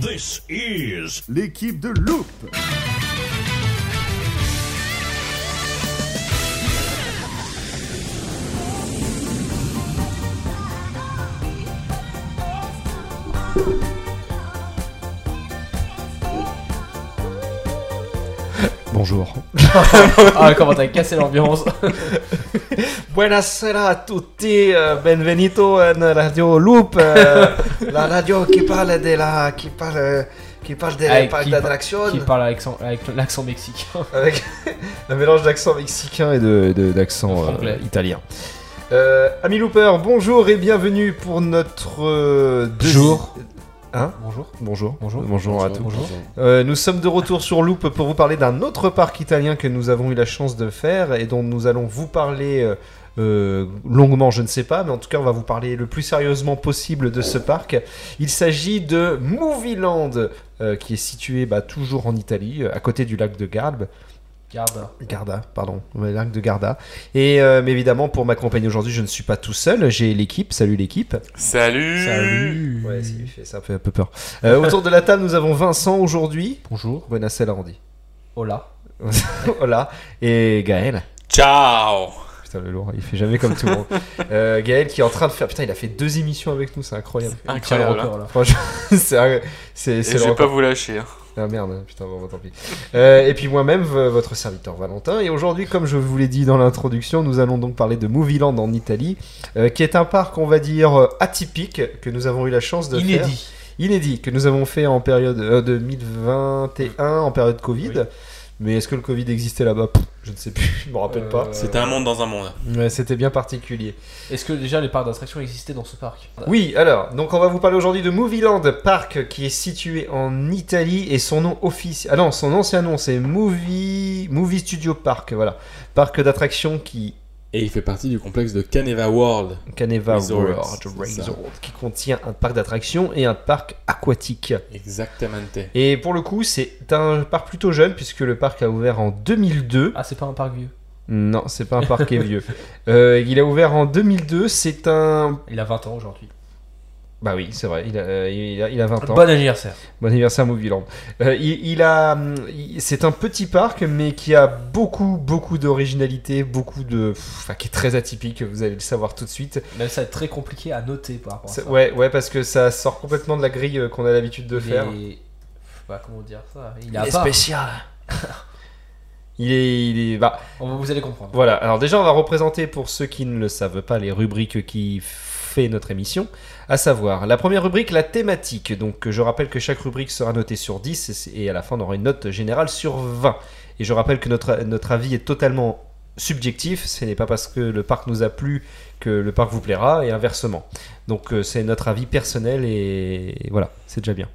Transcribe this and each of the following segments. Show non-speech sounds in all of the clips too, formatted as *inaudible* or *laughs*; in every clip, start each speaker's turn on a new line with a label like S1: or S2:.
S1: This is
S2: l'équipe de Loop.
S3: Bonjour.
S4: Ah, comment t'as cassé l'ambiance
S5: Buonasera a tutti, eh, benvenuto in Radio Loop, eh, la radio qui parle de la... qui parle... qui parle de
S4: Avec
S5: parc
S4: qui-
S5: d'attraction,
S4: Qui parle avec, son- avec l'accent mexicain.
S5: *laughs* avec un mélange d'accent mexicain et de, de- d'accent euh,
S4: Franglais.
S5: italien. Euh, Ami Looper, bonjour et bienvenue pour notre... euh, deuxi-
S4: Bonjour.
S5: Hein
S4: Bonjour.
S5: Bonjour.
S4: Bonjour.
S5: Bonjour à tous.
S4: Bonjour.
S5: Euh, nous sommes de retour sur Loop pour vous parler d'un autre parc italien que nous avons eu la chance de faire et dont nous allons vous parler euh, euh, longuement, je ne sais pas, mais en tout cas on va vous parler le plus sérieusement possible de ce parc. Il s'agit de Movieland, euh, qui est situé bah, toujours en Italie, euh, à côté du lac de Garbe.
S4: Garde.
S5: Garda, pardon, le lac de Garda. Et euh, mais évidemment, pour m'accompagner aujourd'hui, je ne suis pas tout seul, j'ai l'équipe, salut l'équipe.
S6: Salut
S5: Ouais, ça lui fait- ça fait un peu peur. Euh, autour de la table, nous avons Vincent aujourd'hui.
S4: Bonjour.
S5: Buonasera, Andy.
S4: Hola.
S5: *laughs* Voilà. Et Gaël.
S6: Ciao
S5: Putain, le lourd, il fait jamais comme tout le monde. Euh, Gaël qui est en train de faire. Putain, il a fait deux émissions avec nous, c'est incroyable.
S4: Tiens,
S6: Incroyable.
S4: le
S6: hein.
S4: record, là.
S5: Franchement, *laughs* c'est un- c'est
S6: Et
S5: c'est le
S6: je vais pas
S5: record.
S6: vous lâcher. hein.
S5: Ah merde, putain, bon, bah, tant pis. Euh, et puis moi-même, v- votre serviteur Valentin. Et aujourd'hui, comme je vous l'ai dit dans l'introduction, nous allons donc parler de Movieland en Italie, euh, qui est un parc, on va dire, euh, atypique, que nous avons eu la chance de faire.
S4: Inédit.
S5: inédit que nous avons fait en période euh, 2021 en période Covid.
S4: Oui.
S5: Mais est-ce que le Covid existait là-bas Pff, Je ne sais plus, je me rappelle pas.
S4: Euh,
S6: C'était un monde dans un monde.
S5: Ouais, C'était bien particulier.
S4: Est-ce que déjà les parcs d'attraction existaient dans ce parc
S5: Oui, alors, donc on va vous parler aujourd'hui de Movieland Park qui est situé en Italie et son nom officiel. Ah non, son ancien nom c'est Movie Movie Studio Park, voilà. Parc d'attractions qui
S7: Et il fait partie du complexe de Caneva World.
S5: Caneva
S7: Resort,
S5: World
S7: c'est ça.
S5: Resort qui contient un parc d'attractions et un parc aquatique.
S7: Exactamente.
S5: Et pour le coup, c'est un parc plutôt jeune puisque le parc a ouvert en 2002.
S4: Ah, c'est pas un parc vieux.
S5: Non, c'est pas un parc qui est
S7: *laughs*
S5: vieux. Euh, il a ouvert en 2002. C'est un.
S4: Il a 20 ans aujourd'hui.
S5: Bah oui, c'est vrai. Il a, euh, il a, il a 20 ans.
S4: Bon anniversaire.
S5: Bon anniversaire, Movieland. Euh, il, il a. hum, il- C'est un petit parc, mais qui a beaucoup, beaucoup d'originalité, beaucoup de. pff, Enfin, qui est très atypique. Vous allez le savoir tout de suite.
S4: Même ça va être très compliqué à noter par rapport à
S5: C'est-
S4: ça.
S5: Ouais, ouais, parce que ça sort complètement de la grille euh, qu'on a l'habitude de
S4: Il
S5: faire.
S4: est- Pff, Bah, comment dire ça Il a pas.
S5: spécial. il est, il est. Bah,
S4: On va- Vous allez comprendre.
S5: Voilà, alors déjà on va représenter pour ceux qui ne le savent pas les rubriques qui fait notre émission, à savoir la première rubrique, la thématique. Donc je rappelle que chaque rubrique sera notée sur 10 et à la fin on aura une note générale sur 20. Et je rappelle que notre, notre avis est totalement subjectif, ce n'est pas parce que le parc nous a plu que le parc vous plaira et inversement. Donc euh, c'est notre avis personnel et voilà, c'est déjà bien.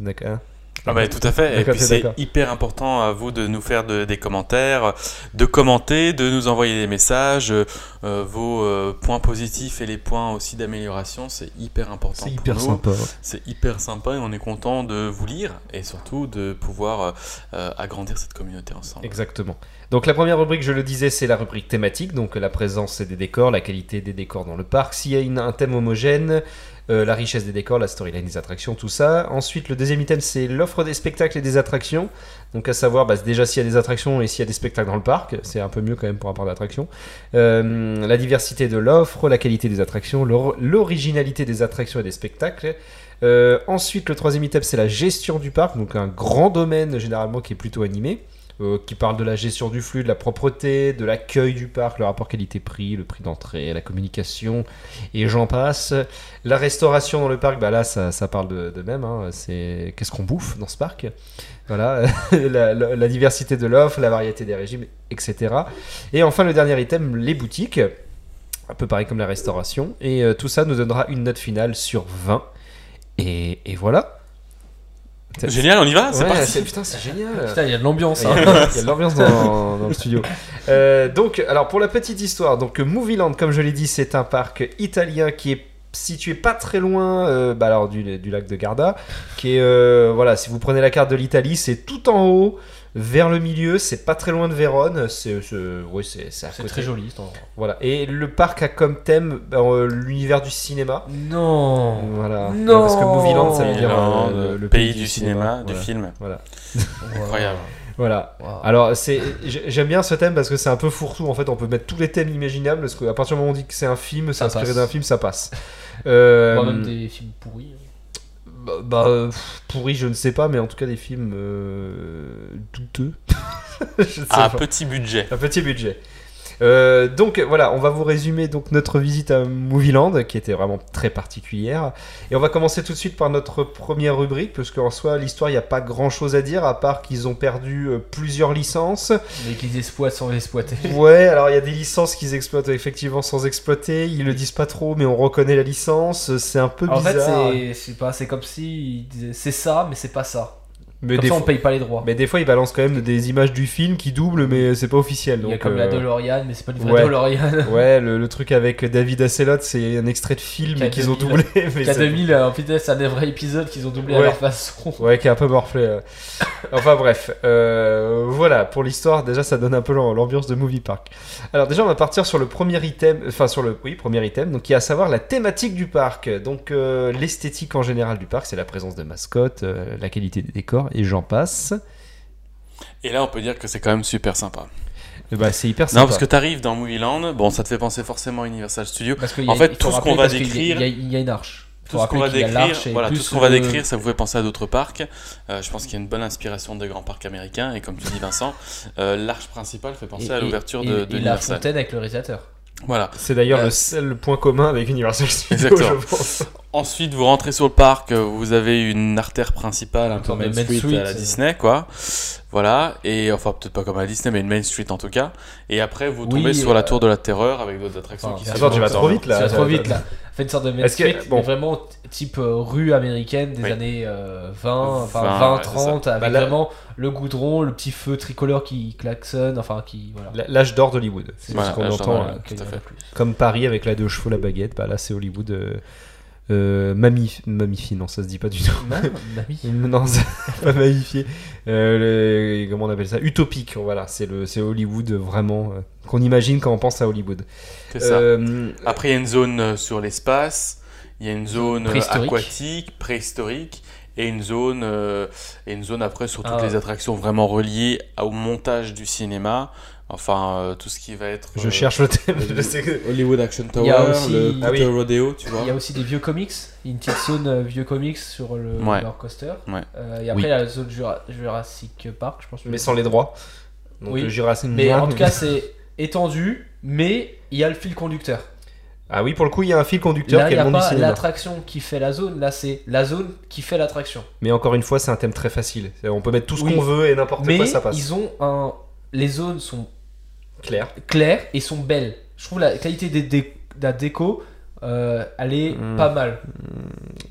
S5: D'accord. hein
S6: Ah bah tout à fait. Et
S5: D'accord,
S6: puis
S5: c'est
S6: c'est
S5: d'accord.
S6: hyper important à vous de nous faire de- des commentaires, de commenter, de nous envoyer des messages, euh, vos euh, points positifs et les points aussi d'amélioration. C'est hyper important.
S5: C'est
S6: pour
S5: hyper
S6: nous.
S5: sympa.
S6: C'est hyper sympa et on est content de vous lire et surtout de pouvoir euh, euh, agrandir cette communauté ensemble.
S5: Exactement. Donc la première rubrique, je le disais, c'est la rubrique thématique, donc la présence des décors, la qualité des décors dans le parc, s'il y a une- un thème homogène, euh, la richesse des décors, la storyline des attractions, tout ça. Ensuite, le deuxième item, c'est l'offre des spectacles et des attractions. Donc à savoir, bah, déjà s'il y a des attractions et s'il y a des spectacles dans le parc, c'est un peu mieux quand même pour un parc d'attractions. Euh, la diversité de l'offre, la qualité des attractions, l'or- l'originalité des attractions et des spectacles. Euh, ensuite, le troisième item, c'est la gestion du parc, donc un grand domaine généralement qui est plutôt animé euh, qui parle de la gestion du flux, de la propreté, de l'accueil du parc, le rapport qualité-prix, le prix d'entrée, la communication, et j'en passe. La restauration dans le parc, bah là, ça, ça parle de, de même. hein, C'est qu'est-ce qu'on bouffe dans ce parc Voilà, *laughs* la, la- la diversité de l'offre, la variété des régimes, etc. Et enfin, le dernier item, les boutiques. Un peu pareil comme la restauration. Et euh, tout ça nous donnera une note finale sur 20. Et, et voilà.
S6: Génial, on y va, Ah, c'est
S5: Ouais,
S6: parti.
S5: Putain, c'est génial.
S4: Putain, il y a de
S5: *laughs*
S4: l'ambiance.
S5: Il y
S4: hein.
S5: a il y a de l'ambiance dans, dans le studio. *laughs* Euh, donc, alors pour la petite histoire, donc Movieland, comme je l'ai dit, c'est un parc italien qui est situé pas très loin euh, bah alors, du, du lac de Garda, qui est, euh, voilà, si vous prenez la carte de l'Italie, c'est tout en haut. vers le milieu. C'est pas très loin de Vérone. C'est c'est- oui, c'est c'est à
S4: *laughs* C'est
S5: côté.
S4: très joli cet endroit.
S5: Voilà. Et le parc a comme thème ben, euh, l'univers du cinéma.
S4: Non
S5: Voilà.
S4: Non.
S5: Parce que Movieland, ça veut dire euh,
S6: Irlande,
S5: le, le
S6: pays, du cinéma, du
S5: Voilà.
S6: film. Incroyable.
S5: Voilà. Alors, c'est, j'ai- j'aime bien ce thème parce que c'est un peu fourre-tout. En fait, on peut mettre tous les thèmes imaginables parce qu'à partir du moment où on dit que c'est un film, c'est
S4: Ça
S5: inspiré
S4: passe.
S5: d'un film, ça
S4: *laughs*
S5: passe. Euh,
S4: Moi, même des films pourris. hein.
S5: bah, bah, euh, pff, pourri, je ne sais pas, mais en tout cas des films euh, douteux. *laughs* je ne sais
S4: Ah,
S6: À
S5: pas.
S6: petit budget.
S5: Un petit budget. Euh, donc voilà, on va vous résumer donc notre visite à Movieland qui était vraiment très particulière et on va commencer tout de suite par notre première rubrique parce qu'en soi l'histoire il n'y a pas grand chose à dire à part qu'ils ont perdu euh, plusieurs licences
S4: Mais qu'ils exploitent sans exploiter.
S5: Ouais, alors il y a des licences qu'ils exploitent effectivement sans exploiter. Ils le disent pas trop, mais on reconnaît la licence. C'est un peu
S4: En fait,
S5: bizarre.
S4: c'est, je sais pas, c'est comme si ils disaient, c'est ça, mais c'est pas ça.
S5: mais,
S4: comme
S5: des
S4: ça, on
S5: fois-
S4: paye pas les droits.
S5: mais des fois, ils balancent quand même des images du film qui doublent, mais c'est pas officiel.
S4: Il y a
S5: donc,
S4: comme la
S5: euh,
S4: DeLorean, mais c'est pas une vraie
S5: ouais. *laughs*
S4: DeLorean.
S5: Ouais, le, le truc avec David Asselot, c'est un extrait de film
S4: K2000.
S5: qu'ils ont doublé. mais c'est-
S4: K2000, euh, en fait, c'est un vrai épisode qu'ils ont doublé à
S5: Ouais.
S4: leur façon.
S5: Ouais, qui est un peu morflé. euh. Enfin bref, euh, voilà, pour l'histoire, déjà ça donne un peu l'am- l'ambiance de Movie Park. Alors déjà on va partir sur le premier item, enfin sur le oui, premier item, donc qui est à savoir la thématique du parc. Donc euh, l'esthétique en général du parc, c'est la présence de mascottes, euh, la qualité des décors, et j'en passe.
S6: Et là, on peut dire que c'est quand même super sympa.
S5: Et bah c'est hyper sympa.
S6: Non, parce que t'arrives dans Movieland, bon, ça te fait penser forcément à Universal Studios.
S4: Parce que
S6: En fait, tout ce qu'on va décrire-
S4: Il y, a- il y a une arche.
S6: Tout ce qu'on va décrire, voilà, tout ce qu'on va décrire, ça vous fait penser à d'autres parcs. Euh, je pense qu'il y a une bonne inspiration des grands parcs américains. Et comme tu dis, Vincent, euh, l'arche principale fait penser à l'ouverture de, de
S4: Et la
S6: Universal.
S4: fontaine avec le réalisateur.
S6: Voilà.
S5: C'est d'ailleurs
S6: Euh,
S5: le seul point commun avec Universal Studios,
S6: Exactement.
S5: je pense.
S6: Ensuite, vous rentrez sur le parc, euh, vous avez une artère principale, un peu
S4: Comme
S6: Main
S4: Main
S6: Street,
S4: Street,
S6: à la
S4: euh.
S6: Disney, quoi. Voilà, et enfin peut-être pas comme à Disney, mais une Main Street en tout cas. Et après, vous
S4: Oui,
S6: tombez sur la
S4: euh,
S6: tour de la terreur avec d'autres attractions
S4: enfin,
S6: qui
S4: attends,
S6: suivent.
S5: tu vas trop vite, Là,
S4: Ça va
S5: ça-
S4: trop vite là. Fait une sorte de Main
S5: Est-ce que-
S4: Street,
S5: bon.
S4: mais vraiment t- type euh, rue américaine des
S6: Oui.
S4: années euh, 20, enfin
S6: 20,
S4: 20,
S6: ouais, c'est ça.
S4: 30, avec
S5: Bah, là-
S4: vraiment le goudron, le petit feu tricolore qui klaxonne, enfin qui voilà.
S5: L- L'âge d'or d'Hollywood, c'est
S6: Voilà,
S5: ce qu'on
S6: l'âge d'or
S5: entend.
S6: d'Hollywood.
S5: euh,
S4: qu'il y en a
S6: tout à fait.
S4: plus.
S5: Comme Paris avec la deux chevaux, la baguette, bah là c'est Hollywood. Euh, euh, mamie, mamifie, non, ça se dit pas du tout.
S4: Ma- mamie.
S5: Non, *laughs* c'est pas magnifié. Euh, le- comment on appelle ça Utopique, voilà. C'est le, c'est Hollywood vraiment euh, qu'on imagine quand on pense à Hollywood.
S6: C'est ça.
S5: Euh,
S6: Après, il y a une zone euh, sur l'espace, il y a une zone euh,
S4: Préhistorique.
S6: aquatique, préhistorique, et une zone euh, et une zone après sur toutes
S4: Ah ouais.
S6: les attractions vraiment reliées à- au montage du cinéma. Enfin, euh, tout ce qui va être.
S5: je
S6: euh,
S5: cherche le thème.
S7: le-
S5: je sais que-
S7: Hollywood Action
S4: Il y a
S7: Tower,
S4: aussi-
S7: le Peter
S5: Ah oui.
S7: Rodeo, tu vois.
S4: Il y a aussi des vieux comics, il y a une petite zone euh, vieux comics sur le
S6: Ouais.
S4: roller coaster.
S6: Ouais.
S4: Euh, et après,
S5: Oui.
S4: il y a la zone Jura- Jurassic Park, je pense.
S5: Mais sans les droits. Donc
S4: Oui.
S5: le Jurassic
S4: Mais
S5: Park.
S4: en
S5: *laughs*
S4: tout cas, c'est étendu, mais il y a le fil conducteur.
S5: Ah oui, pour le coup, il y a un fil conducteur
S4: Là,
S5: qui
S4: il
S5: est
S4: n'y
S5: le
S4: a
S5: monde du
S4: pas
S5: cinéma.
S4: l'attraction qui fait la zone, là, c'est la zone qui fait l'attraction.
S5: Mais encore une fois, c'est un thème très facile. C'est- On peut mettre tout ce
S4: Oui.
S5: qu'on veut et n'importe
S4: Mais
S5: quoi, ça passe.
S4: ils ont un. Les zones sont
S5: Clair.
S4: claires et sont belles. Je trouve la qualité des dé- de la déco, euh, elle est
S5: Hmm.
S4: pas mal.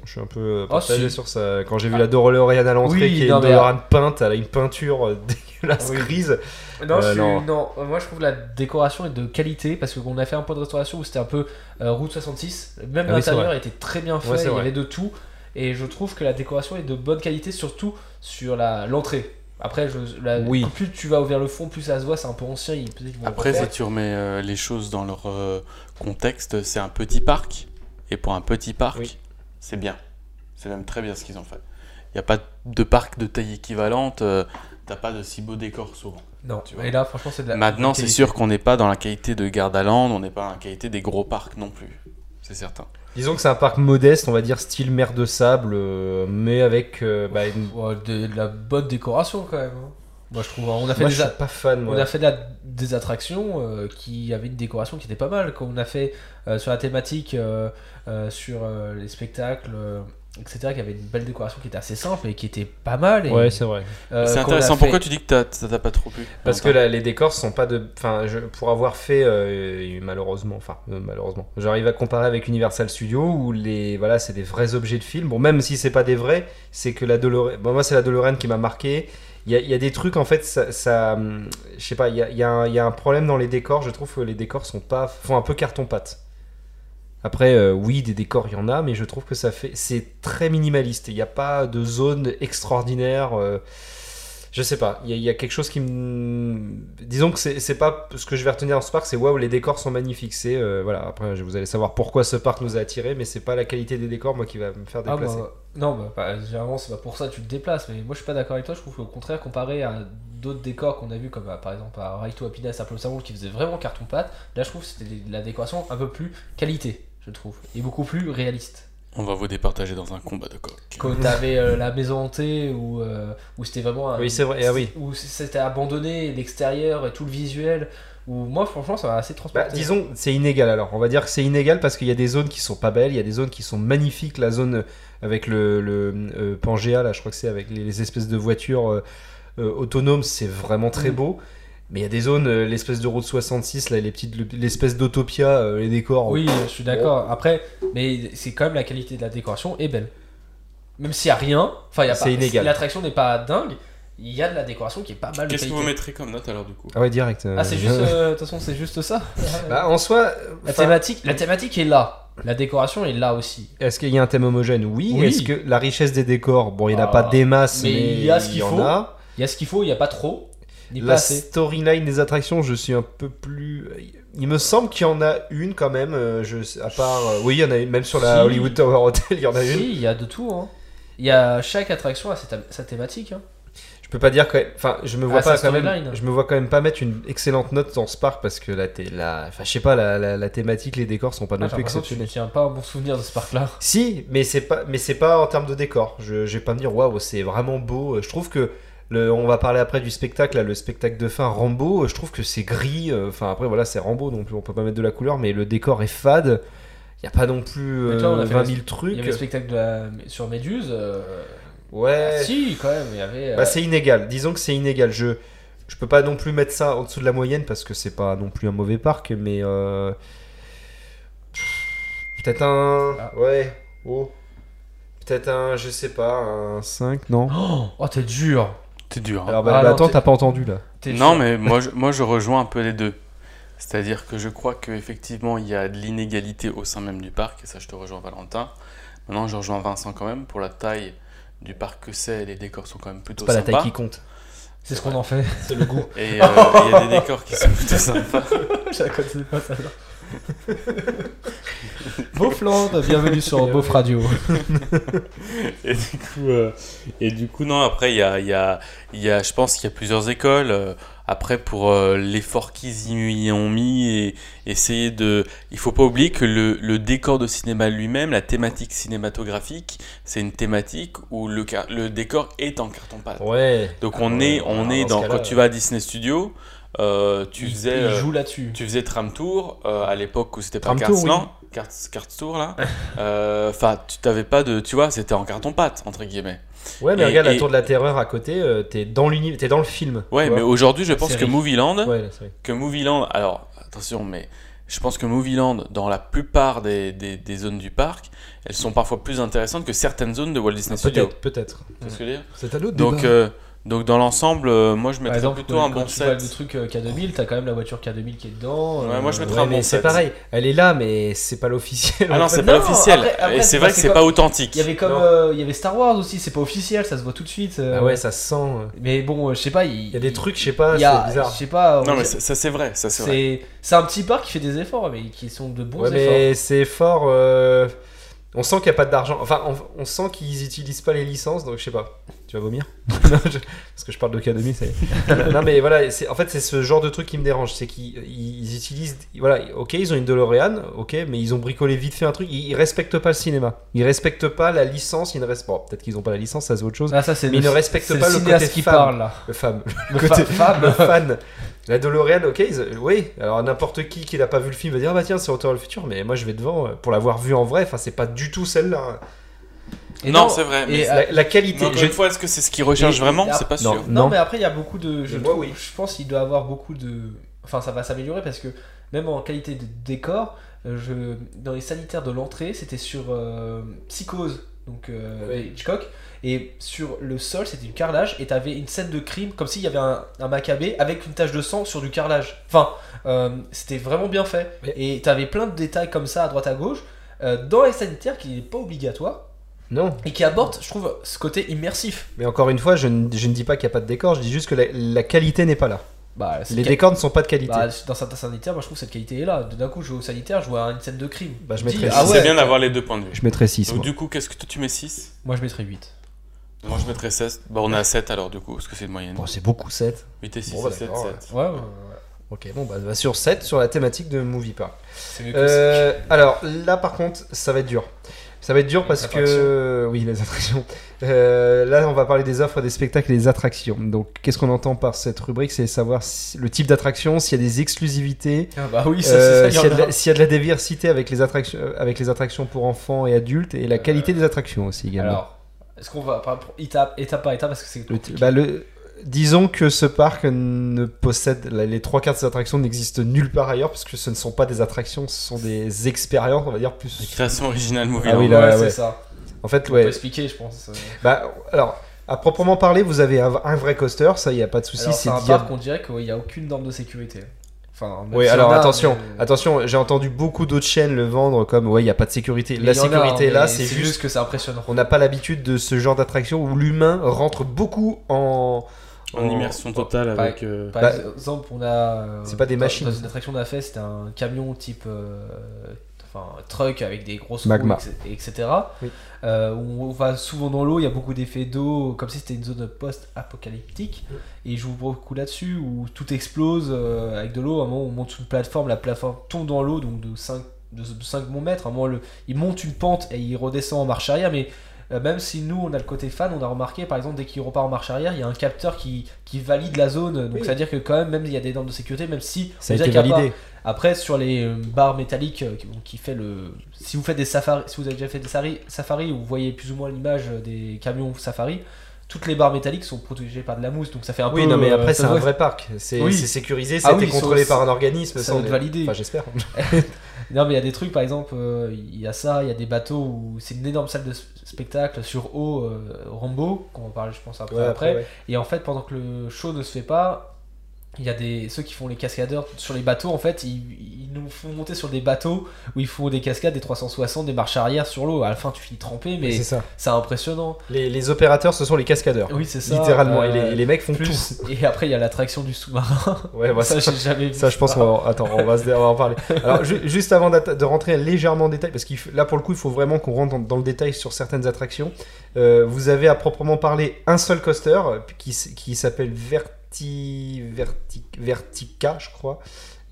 S5: Je suis un peu euh,
S4: Ah,
S5: partagé
S4: si.
S5: sur ça. Quand j'ai vu
S4: Ah.
S5: la DeLorean à l'entrée,
S4: Oui,
S5: qui est
S4: non,
S5: une
S4: mais-
S5: DeLorean peinte, elle a une peinture euh, *laughs* dégueulasse
S4: Oui.
S5: grise.
S4: Non,
S5: Euh,
S4: je suis-
S5: non.
S4: non, moi je trouve la décoration est de qualité parce qu'on a fait un point de restauration où c'était un peu euh, route 66. Même
S5: Ah oui, c'est
S4: l'intérieur était très bien fait,
S5: Ouais, c'est
S4: il y
S5: vrai.
S4: avait de tout. Et je trouve que la décoration est de bonne qualité, surtout sur la l'entrée. Après, je, la-
S5: Oui.
S4: plus tu vas vers le fond, plus ça se voit, c'est un peu ancien. ils- peut-être qu'ils vont
S6: Après, si
S4: refaire.
S6: tu remets euh, les choses dans leur euh, contexte, c'est un petit parc. Et pour un petit parc,
S5: Oui.
S6: c'est bien. C'est même très bien ce qu'ils ont fait. Il n'y a pas de parc de taille équivalente. euh, T'as pas de si beau décor souvent.
S4: Non,
S6: tu vois.
S4: et là franchement, c'est de la.
S6: Maintenant, c'est
S4: qualité.
S6: sûr qu'on n'est pas dans la qualité de Gardaland, on n'est pas dans la qualité des gros parcs non plus. C'est certain.
S5: Disons que c'est un parc modeste, on va dire style mer de sable, euh, mais avec. euh, bah, une...
S4: Ouais, de, de la bonne décoration quand même. hein. Moi je trouve. hein, On a fait
S5: Moi,
S4: des
S5: je
S4: a-
S5: suis pas fan. Moi.
S4: On a fait de la- des attractions euh, qui avaient une décoration qui était pas mal. Quand on a fait euh, sur la thématique, euh, euh, sur euh, les spectacles, euh, etc., qui avait une belle décoration qui était assez simple et qui était pas mal. et,
S5: Ouais, c'est vrai.
S4: euh,
S6: c'est
S4: qu'on
S6: intéressant.
S4: a fait-
S6: Pourquoi tu dis que t'as- ça t'a pas trop plu
S5: Parce que là, les décors sont pas de. Enfin, je- pour avoir fait euh, malheureusement, enfin euh, malheureusement, j'arrive à comparer avec Universal Studios où les voilà, c'est des vrais objets de film. Bon, même si c'est pas des vrais, c'est que la DeLorean. Bon, moi, c'est la DeLorean qui m'a marqué. Il y, a, il y a des trucs en fait, ça, ça, hum, je sais pas, il y a, il y a un- il y a un problème dans les décors. Je trouve que les décors sont pas, font un peu carton pâte. Après, euh, oui, des décors, il y en a, mais je trouve que ça fait, c'est très minimaliste. Il n'y a pas de zone extraordinaire. euh, Je sais pas, il y, a- il y a quelque chose qui me. Disons que c'est c'est pas ce que je vais retenir dans ce parc, c'est waouh, les décors sont magnifiques. C'est euh, voilà, après je- vous allez savoir pourquoi ce parc nous a attirés, mais c'est pas la qualité des décors moi qui va me faire
S4: Ah,
S5: déplacer.
S4: bah, non, bah, bah, généralement, c'est pas pour ça que tu te déplaces, mais moi je suis pas d'accord avec toi. Je trouve qu'au contraire, comparé à d'autres décors qu'on a vu, comme euh, par exemple à Ride to Happiness à Plum Sound, qui faisait vraiment carton pâte, là je trouve que c'était des- de la décoration un peu plus qualité, je trouve, et beaucoup plus réaliste.
S6: On va vous départager dans un combat de coq.
S5: *laughs*
S4: Quand t'avais euh, la maison hantée où, euh, où c'était vraiment. un-
S5: Oui, c'est vrai, ah oui.
S4: Où c'était abandonné, l'extérieur et tout le visuel, où moi franchement ça m'a assez
S5: Bah,
S4: transporté.
S5: disons, c'est inégal alors. On va dire que c'est inégal parce qu'il y a des zones qui sont pas belles, il y a des zones qui sont magnifiques. La zone euh, avec le, le, euh, Pangea, là, je crois que c'est avec les, les espèces de voitures euh, euh, autonomes, c'est vraiment très
S4: Mm.
S5: beau. Mais il y a des zones, euh, l'espèce de route 66, là, les petites, le- l'espèce d'Autopia, euh, les décors.
S4: Oui, je suis d'accord. Après, mais c'est quand même la qualité de la décoration est belle. Même s'il n'y a rien, enfin, il y a
S5: C'est
S4: pas-
S5: inégal.
S4: L'attraction n'est pas dingue, il y a de la décoration qui est pas mal. de
S6: Qu'est-ce que
S4: qualité.
S6: vous mettrez comme note alors du coup
S5: Ah ouais, direct. euh,
S4: Ah, c'est juste. Ah, euh, De toute façon, c'est juste ça.
S5: *laughs* Bah, en soi,
S4: la,
S5: enfin,
S4: thématique, la thématique est là. La décoration est là aussi.
S5: est-ce qu'il y a un thème homogène Oui.
S4: Oui.
S5: Est-ce que la richesse des décors, bon, il n'y en a
S4: Ah,
S5: pas des masses, mais,
S4: mais il y a ce qu'il
S5: en
S4: faut.
S5: a.
S4: Il y a ce qu'il faut, il n'y a pas trop, ni pas
S5: La
S4: assez.
S5: storyline des attractions, je suis un peu plus. Il me semble qu'il y en a une quand même. euh, Je... À part, euh, oui, il y en a une. Même sur la
S4: Si.
S5: Hollywood Tower *laughs* Hotel, il y en a
S4: Si,
S5: une.
S4: il y a de tout. hein. Il y a chaque attraction a sa, thém- sa thématique. hein.
S5: Je peux pas dire que. Enfin, je me vois
S4: Ah,
S5: pas
S4: sa
S5: quand même.
S4: storyline.
S5: Je me vois quand même pas mettre une excellente note dans ce parc parce que la, thé- la... Enfin, je sais pas, la, la- la thématique, les décors sont pas
S4: Ah,
S5: non
S4: j'ai
S5: plus
S4: l'impression que tu ne
S5: exceptionnels.
S4: tiens pas un bon souvenir de ce parc-là.
S5: Si, mais c'est pas, mais c'est pas en termes de décor. Je, je vais pas me dire waouh, c'est vraiment beau. Euh, Je trouve que le, on va parler après du spectacle, là, le spectacle de fin Rambo. euh, Je trouve que c'est gris. euh, Enfin après voilà, c'est Rambo, donc on peut pas mettre de la couleur, mais le décor est fade. Il y a pas non plus
S4: Mais toi, on a
S5: euh,
S4: fait
S5: 20
S4: le- Il y
S5: 000
S4: avait le
S5: trucs.
S4: spectacle de la- sur Méduse. euh,
S5: Ouais.
S4: ah, si, quand même, il y avait. euh,
S5: Bah, c'est inégal. Disons que c'est inégal. Je je peux pas non plus mettre ça en dessous de la moyenne parce que c'est pas non plus un mauvais parc, mais euh, peut-être un
S4: Ah.
S5: ouais. Oh. Peut-être un, je sais pas, un 5, non
S4: Oh, oh, t'es dur.
S6: C'est dur. hein.
S5: Alors,
S4: Ah,
S5: bah, bah,
S4: non,
S5: attends,
S4: t'es-
S5: t'as pas entendu là.
S4: T'es
S6: non,
S4: dur.
S6: mais
S4: *laughs*
S6: moi je, moi je rejoins un peu les deux. C'est-à-dire que je crois qu'effectivement il y a de l'inégalité au sein même du parc, et ça je te rejoins Valentin. Maintenant je rejoins Vincent quand même pour la taille du parc que c'est, les décors sont quand même plutôt
S5: C'est pas la
S6: sympas.
S5: taille qui compte.
S4: c'est ce qu'on en
S5: *laughs*
S4: fait.
S5: C'est le goût.
S4: *laughs*
S6: Et euh, il y a des décors qui sont plutôt sympas.
S4: Je la connaissais pas ça. Beaufland, bienvenue sur Beauf Radio.
S6: Et du coup, euh, et du coup non, après, il y a, il y a- il y a- je pense qu'il y a plusieurs écoles. euh, après, pour euh, l'effort qu'ils y ont mis et essayer de... Il faut pas oublier que le, le décor de cinéma lui-même, la thématique cinématographique, c'est une thématique où le, car- le décor est en carton-pâte.
S5: Ouais.
S6: Donc on
S5: Ah,
S6: est,
S5: ouais,
S6: on
S5: dans
S6: est
S5: ce
S6: dans...
S5: cas-là,
S6: Quand tu vas à Disney Studio, euh, tu
S4: il,
S6: faisais...
S4: il
S6: euh,
S4: joue là-dessus.
S6: tu faisais Tram Tour euh, à l'époque où c'était pas
S5: Tram
S6: Carts
S5: Tour, oui.
S6: Land, Carts, Carts
S5: *laughs*
S6: Tour là. Euh, Enfin, tu t'avais pas de, tu vois, c'était en carton pâte entre guillemets.
S5: Ouais, mais
S6: Et-
S5: regarde la
S6: et-
S5: tour de la terreur à côté, euh, t'es dans l'uni, t'es dans le film.
S6: Ouais,
S5: tu
S6: mais
S5: vois.
S6: aujourd'hui, je pense que
S4: Série.
S6: Movieland,
S5: Ouais, c'est vrai.
S6: que Movieland, alors attention, mais je pense que Movieland, dans la plupart des, des, des zones du parc, elles sont parfois plus intéressantes que certaines zones de Walt Disney
S4: Ah,
S6: Studio.
S5: Peut-être, peut-être.
S6: Tu vois ce que je veux dire
S5: C'est à l'autre
S6: Donc, euh, donc dans l'ensemble, euh, moi je
S4: Par
S6: mettrais
S4: exemple,
S6: plutôt
S4: quand-
S6: un
S4: quand
S6: bon
S4: tu vois le
S6: 7.
S4: truc euh, K2000, t'as quand même la voiture K2000 qui est dedans. euh,
S6: Ouais, moi, je mettrais
S5: Ouais,
S6: un bon
S5: mais c'est
S6: set.
S5: pareil, elle est là, mais c'est pas l'officiel.
S6: Ah non, c'est
S4: Non,
S6: pas officiel.
S4: après- après,
S6: Et
S4: c'est
S6: c'est vrai
S4: pas-
S6: que
S4: c'est
S6: c'est
S4: pas-
S6: pas authentique.
S4: Il y avait comme
S5: Non.
S4: euh, il y avait Star Wars aussi, c'est pas officiel, ça se voit tout de suite. euh,
S5: *laughs* Ah ouais, ça se sent. euh.
S4: Mais bon, euh, je sais pas. Il
S5: Il y a des trucs, je sais
S4: il
S5: pas,
S4: y a-
S5: c'est bizarre.
S4: Je sais pas. on-
S6: Non, mais ça ça, c'est vrai, ça c'est vrai.
S4: c'est c'est un petit parc qui fait des efforts, mais qui sont de bons
S5: Ouais,
S4: efforts.
S5: mais c'est fort. euh, On sent qu'il n'y a pas d'argent. Enfin, on, on sent qu'ils utilisent pas les licences, donc je sais pas. Tu vas vomir *laughs* Non, je- Parce que je parle de K2000, ça y est. non, mais voilà, c'est- en fait, c'est ce genre de truc qui me dérange. C'est qu'ils ils utilisent. Voilà, ok, ils ont une DeLorean, ok, mais ils ont bricolé vite fait un truc. Ils, ils respectent pas le cinéma. Ils respectent pas la licence. Ils ne respectent. Bon, peut-être qu'ils ont pas la licence, ça c'est autre chose.
S4: Ah, ça, c'est
S5: Mais
S4: le-
S5: ils ne respectent
S4: c'est
S5: pas le
S4: cinéaste
S5: côté
S4: qui
S5: femme.
S4: parle là.
S5: Ah. Le femme.
S4: Le
S5: côté-
S4: fa-
S5: *laughs* le
S4: femme.
S5: fan. La DeLorean, ok, ils- oui. Alors n'importe qui qui n'a pas vu le film va dire ah bah tiens c'est Retour vers le futur, mais moi je vais devant euh, pour l'avoir vu en vrai. Enfin c'est pas du tout celle-là. hein.
S4: Et
S6: non, c'est vrai. Mais
S4: et euh,
S5: La, la qualité.
S6: Mais encore
S5: je-
S6: une fois, est-ce que c'est ce qu'ils recherchent
S4: Et-
S6: vraiment
S4: et
S6: C'est pas
S5: Non.
S6: sûr.
S4: Non, mais après, il y a beaucoup de. Je,
S5: Mais moi,
S4: trouve-
S5: oui.
S4: je pense qu'il doit avoir beaucoup de. Enfin, ça va s'améliorer parce que même en qualité de décor, euh, je... dans les sanitaires de l'entrée, c'était sur euh, Psychose, donc euh,
S5: Oui.
S4: de Hitchcock. Et sur le sol, c'était du carrelage. Et t'avais une scène de crime, comme s'il y avait un, un maccabée avec une tache de sang sur du carrelage. Enfin, euh, c'était vraiment bien fait.
S5: Mais-
S4: Et t'avais plein de détails comme ça à droite à gauche. euh, dans les sanitaires, qui n'est pas obligatoire.
S5: Non,
S4: et qui aborde, je trouve, ce côté immersif.
S5: mais encore une fois, je ne, je ne dis pas qu'il n'y a pas de décor, je dis juste que la, la qualité n'est pas là.
S4: Bah, c'est
S5: Les
S4: quel-
S5: décors ne sont pas de qualité.
S4: bah, dans certains sanitaires, moi je trouve que cette qualité est là. D'un coup, je vais au sanitaire, je vois une scène de crime.
S5: Bah, je
S4: me dis,
S5: mettrais
S4: ah
S5: six.
S4: ouais,
S6: C'est bien d'avoir les deux points de vue.
S5: Je mettrais 6.
S6: Donc, du coup, qu'est-ce que toi, tu mets 6
S4: Moi je mettrais 8.
S6: Moi, je mettrais 16. Bah, on est à 7 alors, du coup, parce que c'est une moyenne.
S5: c'est beaucoup 7.
S6: 8 et 6,
S5: Bon, bah,
S6: 7,
S5: d'accord,
S6: 7.
S4: Ouais, ouais, ouais.
S5: Ok, bon, bah, bah, sur 7, sur la thématique de Movie Park.
S4: c'est mieux que
S5: Euh, alors là, par contre, ça va être dur. Ça va être dur parce que.
S4: attractions.
S5: Oui, les attractions. Euh, là, on va parler des offres, des spectacles et des attractions. Donc, qu'est-ce qu'on entend par cette rubrique C'est savoir si- le type d'attraction, s'il y a des exclusivités,
S4: ça. Ah bah oui, ça,
S5: euh,
S4: c'est
S5: s'il
S4: ça,
S5: y,
S4: il y
S5: a
S4: en
S5: de
S4: a.
S5: la- s'il y a de la diversité avec les, attractions, euh, avec les attractions pour enfants et adultes et la qualité des attractions aussi également.
S4: Euh, Alors, est-ce qu'on va par- pour étape, étape par étape parce que c'est
S5: Le-
S4: compliqué.
S5: bah, le- Disons que ce parc ne possède la- les trois quarts de ses attractions n'existent nulle part ailleurs parce que ce ne sont pas des attractions, ce sont des expériences, on va dire plus.
S6: Création originale movie.
S5: Ah oui,
S6: land.
S5: là,
S4: ouais,
S5: ouais.
S4: c'est ça.
S5: En
S4: On
S5: fait,
S4: peut
S5: ouais.
S4: expliquer, je pense. euh.
S5: Bah, alors, à proprement parler, vous avez un un vrai coaster, ça, il n'y a pas de souci.
S4: Alors, c'est
S5: c'est
S4: un
S5: d'y-
S4: parc, on dirait qu'il n'y a aucune norme de sécurité. Enfin, même
S5: Oui,
S4: s'il y en
S5: alors
S4: a,
S5: attention,
S4: mais-
S5: attention, j'ai entendu beaucoup d'autres chaînes le vendre comme, ouais, il n'y a pas de sécurité.
S4: mais
S5: La
S4: il y en a,
S5: sécurité,
S4: hein,
S5: là,
S4: mais
S5: c'est juste.
S4: que c'est impressionnant.
S5: On n'a pas l'habitude de ce genre d'attraction où l'humain rentre beaucoup en.
S6: En immersion totale.
S7: Total
S4: Pas-
S7: avec. euh,
S4: Par
S5: Bah,
S4: exemple, on a. euh,
S5: c'est pas des
S4: dans-
S5: machines.
S4: Dans une attraction qu'on a fait, c'était un camion type. euh, Enfin, un truck avec des grosses
S5: Magma.
S4: roues, et- etc.
S5: Oui.
S4: Euh, on va souvent dans l'eau, il y a beaucoup d'effets d'eau, comme si c'était une zone post-apocalyptique. Et ils jouent beaucoup là-dessus, où tout explose euh, avec de l'eau. À un moment, on monte sur une plateforme, la plateforme tombe dans l'eau, donc de 5, de, de 5 bons mètres. À un moment, le- il monte une pente et il redescend en marche arrière, mais euh, même si nous, on a le côté fan, on a remarqué, par exemple, dès qu'il repart en marche arrière, il y a un capteur qui, qui valide la zone. Donc,
S5: Oui.
S4: ça veut dire que quand même, même il y a des normes de sécurité, même si...
S5: Ça a
S4: on dirait
S5: été
S4: qu'il y a
S5: validé.
S4: pas- Après, sur les euh, barres métalliques euh, qui, bon, qui fait le... Si vous faites des safaris, si vous avez déjà fait des sari- safaris, vous voyez plus ou moins l'image euh, des camions safari, toutes les barres métalliques sont protégées par de la mousse, donc ça fait un
S5: Oui,
S4: peu...
S5: non, mais
S4: euh,
S5: après,
S4: ça
S5: c'est un
S4: doit-
S5: vrai parc. C'est
S4: Oui.
S5: c'est sécurisé,
S4: Ah
S5: ça a été
S4: oui,
S5: contrôlé
S4: ça-
S5: par un organisme.
S4: Ça doit
S5: on
S4: être
S5: est-
S4: validé.
S5: Enfin, j'espère.
S4: Non, mais il y a des trucs, par exemple, euh, il y a ça, il y a des bateaux où c'est une énorme salle de s- spectacle sur eau, euh, Rambo, qu'on va parler, je pense, après.
S5: Ouais,
S4: après.
S5: ouais.
S4: Et en fait, pendant que le show ne se fait pas, il y a des ceux qui font les cascadeurs sur les bateaux. En fait, ils, ils nous font monter sur des bateaux où ils font des cascades, des 360, des marches arrière sur l'eau. À la fin, tu finis trempé, mais
S5: C'est ça.
S4: c'est impressionnant.
S5: Les, les opérateurs, ce sont les cascadeurs.
S4: Oui, c'est ça.
S5: Littéralement.
S4: Euh,
S5: et, les, et les mecs font
S4: plus. Et après, il y a l'attraction du sous-marin.
S5: tout. Ouais, bah,
S4: ça,
S5: ça,
S4: j'ai jamais vu.
S5: ça, je pense qu'on va, attends, on va, se- on va en parler. Alors, ju- juste avant d'atta- de rentrer légèrement en détail, parce que là, pour le coup, il faut vraiment qu'on rentre dans, dans le détail sur certaines attractions. Euh, vous avez à proprement parler un seul coaster euh, qui, s- qui s'appelle Verti, Verti- Vertica, je crois.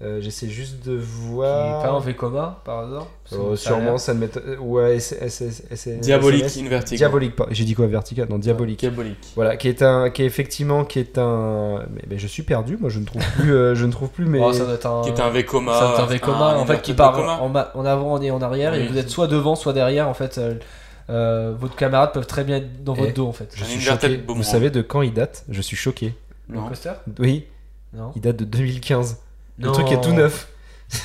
S5: Euh, J'essaie juste de
S4: Qui est
S5: voir.
S4: pas en Vekoma, par hasard Ça
S5: Euh,
S4: a l'air-
S5: sûrement, ça ne m'étonne. Ouais, S- S- S- Euh, S-
S6: Diabolique,
S5: SMS.
S6: Invertigo.
S5: Diabolique, pas- j'ai dit quoi Vertica Non, diabolique.
S6: Diabolique.
S5: Voilà, qui est un, qui est effectivement, qui est un. Mais, mais je suis perdu, moi je ne trouve plus, euh, je ne trouve plus, mais.
S4: Oh, ça doit être
S5: Euh,
S4: un.
S6: Qui est Bah, un Vekoma.
S4: Ça, c'est un Vekoma, en fait, qui part
S6: Vekoma.
S4: en, ma- en avant et en arrière, et
S6: Oui.
S4: vous êtes soit devant, soit derrière, en fait. euh, euh, votre camarade peuvent très bien être dans
S5: Eh.
S4: votre dos, en fait.
S5: Je
S6: Un
S5: suis
S6: inverted
S5: choqué.
S6: boomerang.
S5: Vous savez de quand il date Je suis choqué.
S4: Le
S6: Non.
S4: coaster
S5: Oui,
S4: Non.
S5: il date de 2015. Le
S4: Non.
S5: truc est tout neuf.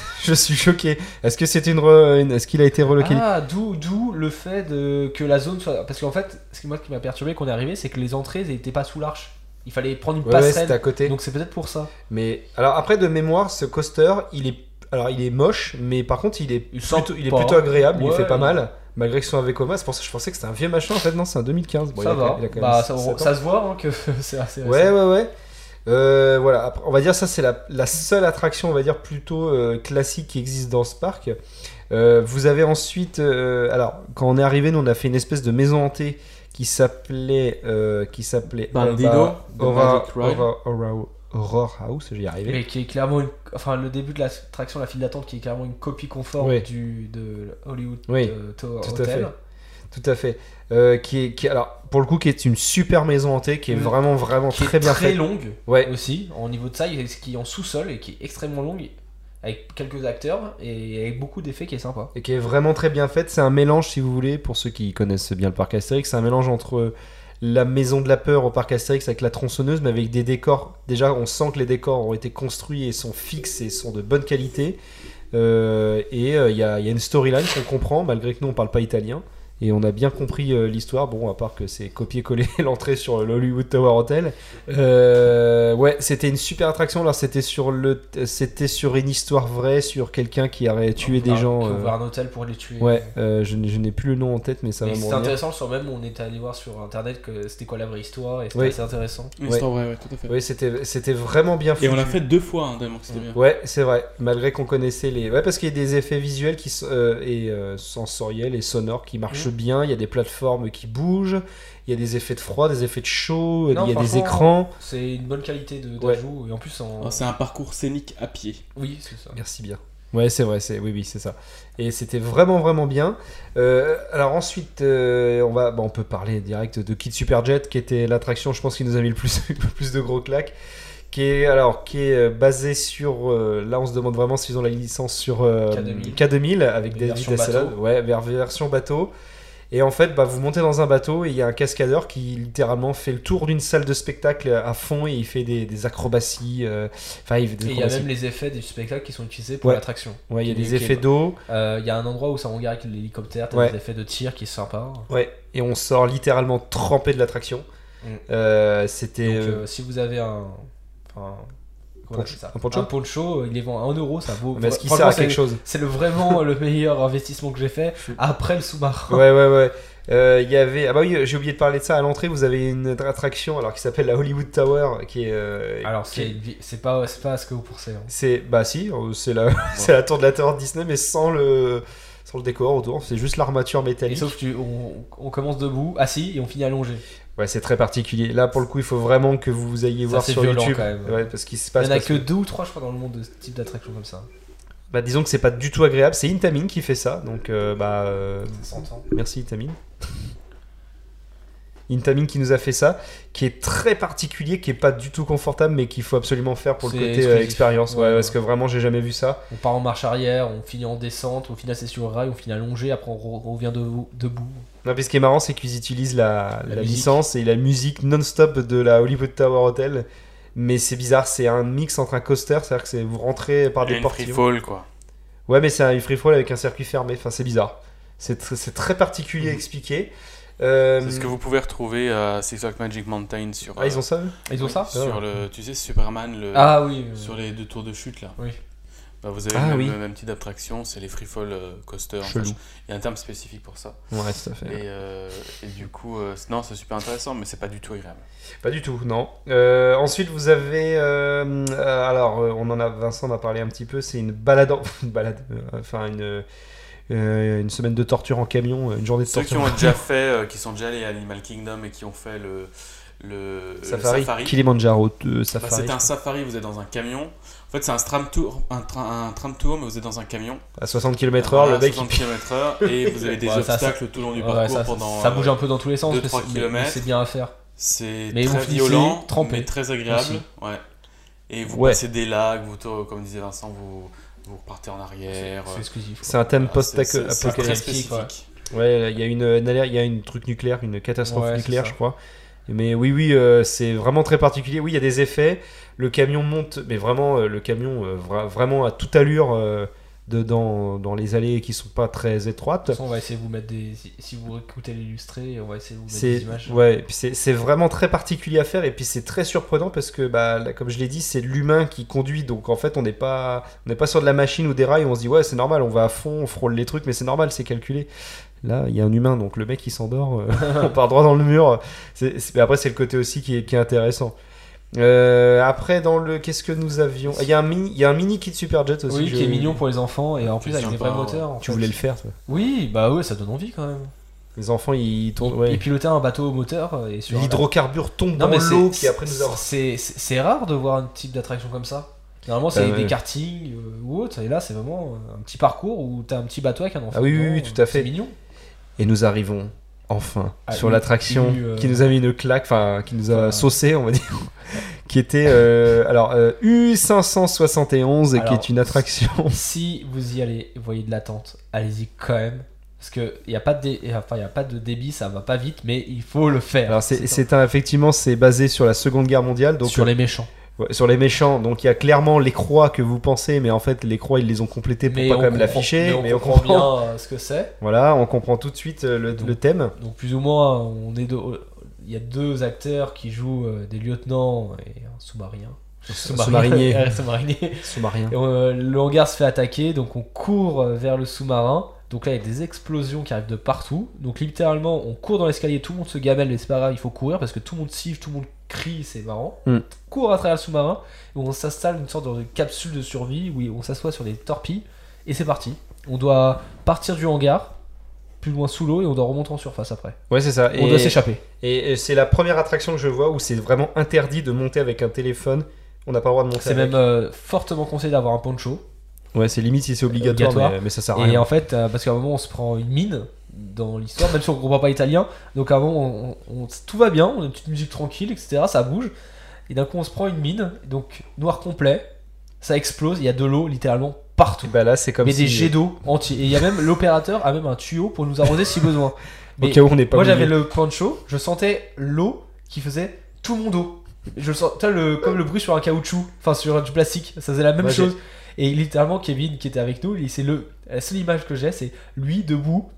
S5: *laughs* je suis choqué. Est-ce que c'était une, re- une- est-ce qu'il a été relocalisé
S4: Ah, d'où, d'où le fait de, que la zone soit. Parce qu'en fait, ce qui, moi, ce qui m'a perturbé qu'on est arrivé, c'est que les entrées n'étaient pas sous l'arche. Il fallait prendre une
S5: Ouais, ouais,
S4: Ah, passerelle.
S5: c'était à côté.
S4: donc c'est peut-être pour ça.
S5: Mais alors après de mémoire, ce coaster, il est, alors il est moche, mais par contre il est
S4: Il sent
S5: plutôt, il est
S4: pas.
S5: plutôt agréable. il
S4: Ouais.
S5: fait pas mal. Malgré que ce soit avec Vekoma, c'est pour ça que je pensais que c'était un vieux machin. En fait, non, c'est un 2015. Bon, il
S4: ça
S5: a-
S4: va.
S5: il a quand même
S4: Bah, ça,
S5: 7 ans.
S4: ça se voit hein, que *laughs* c'est assez.
S5: Ouais, ouais, ouais. Euh, voilà, Après, on va dire ça, c'est la, la seule attraction, on va dire, plutôt euh, classique qui existe dans ce parc. Euh, vous avez ensuite, euh, alors, quand on est arrivé, nous, on a fait une espèce de maison hantée qui s'appelait, euh, qui s'appelait
S7: Bandido,
S5: Aura-
S7: The
S5: Aura-
S7: Magic Ride.
S5: Aura- Aura- Horror House, j'y arrivais.
S4: Mais qui est clairement une... enfin le début de l'attraction, la file d'attente, qui est clairement une copie conforme
S5: Oui.
S4: du de Hollywood
S5: Oui,
S4: euh, Tower
S5: tout à
S4: Hotel.
S5: fait. Tout à fait. Euh, qui est, qui, alors, pour le coup, qui est une super maison hantée, qui est
S4: Mm.
S5: vraiment, vraiment
S4: qui
S5: très
S4: est
S5: bien
S4: très
S5: faite.
S4: longue
S5: Ouais.
S4: aussi en niveau de taille ce qui est en sous-sol et qui est extrêmement longue avec quelques acteurs et avec beaucoup d'effets qui est sympa
S5: et qui est vraiment très bien faite. C'est un mélange, si vous voulez, pour ceux qui connaissent bien le parc Astérix, c'est un mélange entre euh, la maison de la peur au parc Astérix avec la tronçonneuse, mais avec des décors. Déjà, on sent que les décors ont été construits et sont fixes et sont de bonne euh, qualité. Euh, et il y, a y a une storyline qu'on comprend, malgré que nous, on parle pas italien. Et on a bien compris euh, l'histoire, bon, à part que c'est copier-coller *laughs* l'entrée sur l'Hollywood Tower Hotel. Euh, ouais, c'était une super attraction. Alors, c'était sur, le... c'était sur une histoire vraie, sur quelqu'un qui aurait tué des
S4: Qui
S5: gens.
S4: ont
S5: euh,
S4: ouvert un hôtel pour les tuer.
S5: Ouais, euh, je, n'ai- je n'ai plus le nom en tête, mais ça
S4: Et
S5: va me
S4: c'était
S5: revenir.
S4: intéressant, sur même on était allé voir sur internet que c'était quoi la vraie histoire et c'était
S5: Oui.
S4: assez intéressant.
S5: Ouais.
S7: C'est en vrai, ouais, tout à fait.
S5: Oui, c'était c'était vraiment bien fait.
S7: Et on l'a fait deux fois, hein, tellement que c'était bien.
S5: Ouais, c'est vrai. Malgré qu'on connaissait les. Ouais, parce qu'il y a des effets visuels qui s- euh, et euh, sensoriels et sonores qui
S4: Mhm.
S5: marchent bien. Il y a des plateformes qui bougent. Il y a des effets de froid, des effets de
S4: Non,
S5: chaud. il y a des
S4: franchement,
S5: écrans.
S4: C'est une bonne qualité de
S5: Ouais.
S4: d'ajout et en plus en...
S6: Ah,
S7: Alors, C'est un parcours scénique à pied.
S4: oui c'est ça.
S5: Merci bien. Ouais, c'est vrai. C'est oui, oui, c'est ça. Et c'était vraiment, vraiment bien. Euh, alors ensuite, euh, on va, bah, on peut parler direct de Kid Superjet, qui était l'attraction, je pense, qui nous a mis le plus, *laughs* le plus de gros claques. Qui est, alors, qui est euh, basé sur. euh, là, on se demande vraiment s'ils ont la licence sur euh,
S4: K2000.
S5: K2000 avec
S4: Une
S5: David
S4: version
S5: Hasselhoff.
S4: bateau.
S5: Ouais, ver- version bateau. Et en fait, bah, vous montez dans un bateau et il y a un cascadeur qui littéralement fait le tour d'une salle de spectacle à fond et il fait des, des acrobaties. euh, Enfin, il fait des
S4: Et il y a
S5: acrobaties.
S4: même les effets du spectacle qui sont utilisés pour
S5: Ouais.
S4: l'attraction.
S5: Ouais, il y a
S4: qui-
S5: des
S4: qui est-
S5: effets d'eau.
S4: Euh, Il y a un endroit où ça regarde avec l'hélicoptère, t'as
S5: Ouais.
S4: des effets de tir qui est sympa.
S5: Ouais, et on sort littéralement trempé de l'attraction.
S4: Mm.
S5: Euh, c'était.
S4: Donc
S5: euh,
S4: euh, si vous avez un, enfin, comment on appelle ça
S5: un poncho
S4: un poncho, euh, il est vend à 1 euro, ça vaut.
S5: mais est-ce qu'il
S4: Franchement,
S5: sert à
S4: c'est-
S5: quelque chose
S4: C'est le, vraiment le meilleur investissement que j'ai fait après le sous-marin.
S5: Ouais, ouais, ouais. Euh, Il y avait. Ah bah oui, j'ai oublié de parler de ça. À l'entrée, vous avez une autre attraction alors qui s'appelle la Hollywood Tower qui est. euh,
S4: Alors
S5: qui-
S4: c'est une vie- c'est pas c'est pas ce que vous pensez. hein.
S5: C'est. Bah si, euh, c'est la... *laughs* c'est la tour de la Tower de Disney, mais sans le. Sans le décor autour, c'est juste l'armature
S4: Et
S5: métallique.
S4: sauf que tu- on, on commence debout, assis et on finit allongé.
S5: Ouais, c'est très particulier. Là, pour le coup, il faut vraiment que vous ayez
S4: Ça,
S5: voir
S4: c'est
S5: sur
S4: violent,
S5: YouTube.
S4: quand même.
S5: Ouais, parce qu'il se
S4: Il
S5: passe.
S4: y en a
S5: parce
S4: que deux ou trois, je crois, dans le monde de ce type d'attraction comme ça.
S5: Bah, disons que c'est pas du tout agréable. C'est Intamin qui fait ça, donc euh, bah. euh, Merci Intamin. Intamin qui nous a fait ça, qui est très particulier, qui est pas du tout confortable, mais qu'il faut absolument faire pour le
S4: C'est
S5: côté euh,
S4: exclusif.
S5: expérience. Ouais,
S4: Ouais,
S5: Parce
S4: ouais.
S5: que vraiment, j'ai jamais vu ça.
S4: On part en marche arrière, on finit en descente, au final c'est sur le rail, on finit allongé, après on re- revient debout. debout.
S5: Non, mais ce qui est marrant, c'est qu'ils utilisent la,
S4: La
S5: la
S4: musique.
S5: licence et la musique non-stop de la Hollywood Tower Hotel. Mais c'est bizarre, c'est un mix entre un coaster, c'est-à-dire que c'est vous rentrez par
S6: Il y a
S5: des
S6: une
S5: portes.
S6: free fall, quoi.
S5: Ouais, mais c'est un free fall avec un circuit fermé. Enfin, c'est bizarre. C'est tr- c'est très particulier à expliquer. Euh,
S6: Mhm. C'est ce que vous pouvez retrouver à Six Flags Magic Mountain sur.
S5: Ah, ils ont ça. eux
S4: Ils ont
S6: oui,
S4: ça
S6: sur le, Tu sais, Superman, le,
S4: Ah oui. euh,
S6: sur les deux tours de chute là.
S4: Oui.
S6: Bah, vous avez
S5: Ah,
S6: le même,
S5: oui.
S6: le même type d'attraction, c'est les free fall euh, coaster. enfin,
S5: Chelou.
S6: Il y a un terme spécifique pour ça.
S5: Ouais, tout à fait.
S6: Et, euh, et du coup, euh, c'est- non, c'est super intéressant, mais c'est pas du tout agréable.
S5: Pas du tout, non. Euh, ensuite, vous avez. euh, euh, alors, euh, on en a. Vincent en a parlé un petit peu. C'est une balade. en- *laughs* Une balade. euh, Enfin, une. euh, une semaine de torture en camion, euh, une journée de
S6: Ceux qui
S5: torture.
S6: ont déjà fait, euh, qui sont déjà allés à Animal Kingdom et qui ont fait le, le le
S5: Safari, Kilimanjaro, euh,
S6: Bah,
S5: Safari.
S6: c'était un safari, vous êtes dans un camion. En fait, c'est un tram tour, un, tra- un tram tour, mais vous êtes dans un camion.
S5: à 60 km/h, le
S6: Voilà,
S5: mec.
S6: 60
S5: il-
S6: km/h et vous avez des
S4: Ouais, ça, ça-
S6: obstacles tout le long du
S4: Ah ouais,
S6: parcours
S4: ça, ça-
S6: pendant.
S4: ça
S6: euh,
S4: bouge un peu dans tous les sens,
S6: deux,
S4: mais
S6: trois
S4: c'est- mais- mais
S6: kilomètres.
S4: c'est bien à faire.
S6: C'est
S4: Mais vous
S6: très
S4: finissez
S6: violent,
S4: trempé
S6: mais très agréable.
S4: aussi.
S6: Ouais. Et vous
S5: Ouais.
S6: passez des lacs, vous tour- comme disait Vincent, vous, vous repartez en arrière. euh,
S4: C'est exclusif. quoi.
S5: C'est un thème
S6: Voilà, Ah, c'est- c'est- c'est très
S5: post-apocalyptique.
S6: spécifique.
S4: quoi.
S5: Ouais, il y a une, une alerte- il y a une truc nucléaire, une catastrophe
S4: Ouais, c'est
S5: nucléaire,
S4: ça.
S5: je crois. Mais oui, oui, euh, c'est vraiment très particulier. Oui, il y a des effets. Le camion monte, mais vraiment, euh, le camion euh, vra- vraiment à toute allure euh, de- dans, dans les allées qui sont pas très étroites.
S4: De toute façon, on va essayer de vous mettre des. Si si vous écoutez l'illustré, on va essayer de vous mettre
S5: C'est
S4: des images.
S5: ouais, et puis c'est c'est vraiment très particulier à faire et puis c'est très surprenant parce que bah là, comme je l'ai dit, c'est l'humain qui conduit donc en fait on n'est pas on n'est pas sur de la machine ou des rails, on se dit ouais, c'est normal, on va à fond, on frôle les trucs mais c'est normal, c'est calculé. Là, il y a un humain donc le mec il s'endort,
S4: *laughs*
S5: euh, *laughs* on part droit dans le mur. C'est- c'est- mais après c'est le côté aussi qui est, qui est intéressant. Euh, après dans le qu'est-ce que nous avions Ah, Il y a un mini il y a un mini kit Superjet aussi
S4: Oui,
S5: je-
S4: qui est mignon pour les enfants et en plus
S6: C'est
S4: avec des
S6: sympa,
S4: vrais
S6: ouais.
S4: moteurs. en
S5: Tu
S4: fait.
S5: voulais le faire toi.
S4: Oui, bah ouais, ça donne envie quand même.
S5: Les enfants ils tournent
S4: Donc, Et piloter un bateau au moteur euh, et sur un-
S5: L'hydrocarbure tombe
S4: Non,
S5: dans
S4: mais
S5: l'eau
S4: c'est-
S5: qui après nous a
S4: C'est c'est- c'est rare de voir un type d'attraction comme ça. Normalement, c'est
S5: Bah, ouais.
S4: des kartings euh, ou autre, et là, c'est vraiment euh, un petit parcours où t'as un petit bateau avec un enfant.
S5: Ah oui, oui,
S4: dedans,
S5: oui, tout à
S4: euh,
S5: fait.
S4: C'est
S5: *laughs*
S4: mignon.
S5: Et nous arrivons enfin
S4: Ah,
S5: sur
S4: une-
S5: l'attraction
S4: une, euh,
S5: qui nous a mis une claque, enfin qui nous a
S4: voilà.
S5: saucé, on va dire, *laughs* qui était euh, alors euh, U571 et qui
S4: Alors,
S5: est
S4: *laughs*
S5: une attraction. *laughs*
S4: Si vous y allez, vous voyez de l'attente, allez-y quand même. Parce qu'il n'y a, pas de dé- enfin, y a pas de débit, ça va pas vite, mais il faut le faire.
S5: Alors c'est c'est un- effectivement c'est basé sur la Seconde Guerre mondiale, donc euh,
S4: sur les méchants.
S5: Ouais, sur les méchants, donc il y a clairement les croix que vous pensez, mais en fait les croix ils les ont complétées pour
S4: Mais
S5: pas
S4: on
S5: quand même
S4: comprend-
S5: l'afficher.
S4: Mais on comprend bien euh, ce que c'est.
S5: *laughs* Voilà, on comprend tout de suite euh, le,
S4: Donc-
S5: le thème.
S4: Donc plus ou moins, on est deux- euh, il y a deux acteurs qui jouent euh, des lieutenants et un sous-marin. *laughs*
S5: Sous-marinier.
S4: Ouais, sous-marinier.
S5: Sous-marin.
S4: Et on, euh, le hangar se fait attaquer, donc on court euh, vers le sous-marin. Donc là, il y a des explosions qui arrivent de partout. Donc littéralement, on court dans l'escalier, tout le monde se gamelle, mais c'est pas grave, il faut courir parce que tout le monde siffle, tout le monde crie, c'est marrant.
S5: Mm.
S4: On court à travers le sous-marin, où on s'installe une sorte de capsule de survie, où on s'assoit sur des torpilles, et c'est parti. On doit partir du hangar, plus loin sous l'eau, et on doit remonter en surface après.
S5: Ouais, c'est ça.
S4: On
S5: Et-
S4: doit s'échapper.
S5: Et euh, c'est la première attraction que je vois où c'est vraiment interdit de monter avec un téléphone. On n'a pas le droit de monter.
S4: C'est
S5: avec.
S4: même euh, fortement conseillé d'avoir un poncho.
S5: Ouais, c'est limite si c'est obligatoire,
S4: Obligatoire.
S5: Mais, mais ça sert à
S4: Et
S5: rien.
S4: en fait, euh, parce qu'à un moment, on se prend une mine dans l'histoire, même si on comprend pas italien. Donc à un moment, on- on- on- tout va bien, on a une petite musique tranquille, etc. Ça bouge. Et d'un coup, on se prend une mine, donc noir complet. Ça explose, il y a de l'eau littéralement partout.
S5: Bah là, c'est comme
S4: mais
S5: si-
S4: des jets d'eau entiers. Et il y a même l'opérateur a même un tuyau pour nous arroser si besoin.
S5: euh, Au
S4: Mais
S5: cas où on n'est pas.
S4: Moi j'avais
S5: obligé.
S4: le poncho, je sentais l'eau qui faisait tout mon dos. Je le sentais le, comme le bruit sur un caoutchouc, enfin sur du plastique, ça faisait la même
S5: Moi, j'ai-
S4: chose. Et littéralement Kevin qui était avec nous, il- c'est le la seule image que j'ai, c'est lui debout,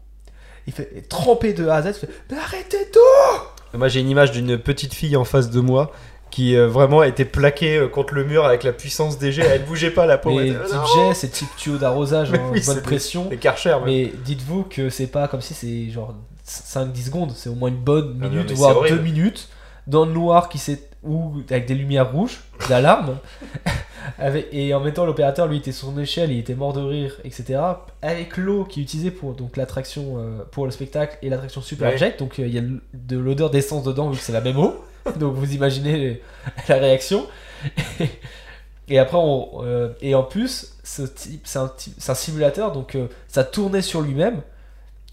S4: il fait trempé de A à Z, il fait mais arrêtez tout.
S5: Moi, j'ai une image d'une petite fille en face de moi qui euh, vraiment était plaquée euh, contre le mur avec la puissance des jets. Elle bougeait pas la pauvre.
S4: Mais
S5: Elle était,
S4: type
S5: Non
S4: jet, c'est type tuyau d'arrosage,
S5: Mais
S4: hein,
S5: oui,
S4: bonne
S5: c'est-
S4: pression.
S5: Des Karcher, même.
S4: Mais dites-vous que c'est pas comme si c'est genre 5-10 secondes, c'est au moins une bonne
S5: Non, non,
S4: minute,
S5: mais c'est
S4: voire
S5: horrible.
S4: 2 minutes, dans le noir qui s'est. ou avec des lumières rouges,
S5: *laughs*
S4: d'alarme. Avec- et en même temps, l'opérateur lui était sur son échelle, il était mort de rire, etc. Avec l'eau qui est utilisée pour donc l'attraction euh, pour le spectacle et l'attraction Superjet, donc euh, il y a de- de l'odeur d'essence dedans vu que c'est la
S5: *laughs*
S4: même eau. Donc vous imaginez la réaction. *laughs* Et après, on, euh, et en plus, ce type, c'est un, type- c'est un simulateur, donc euh, ça tournait sur lui-même.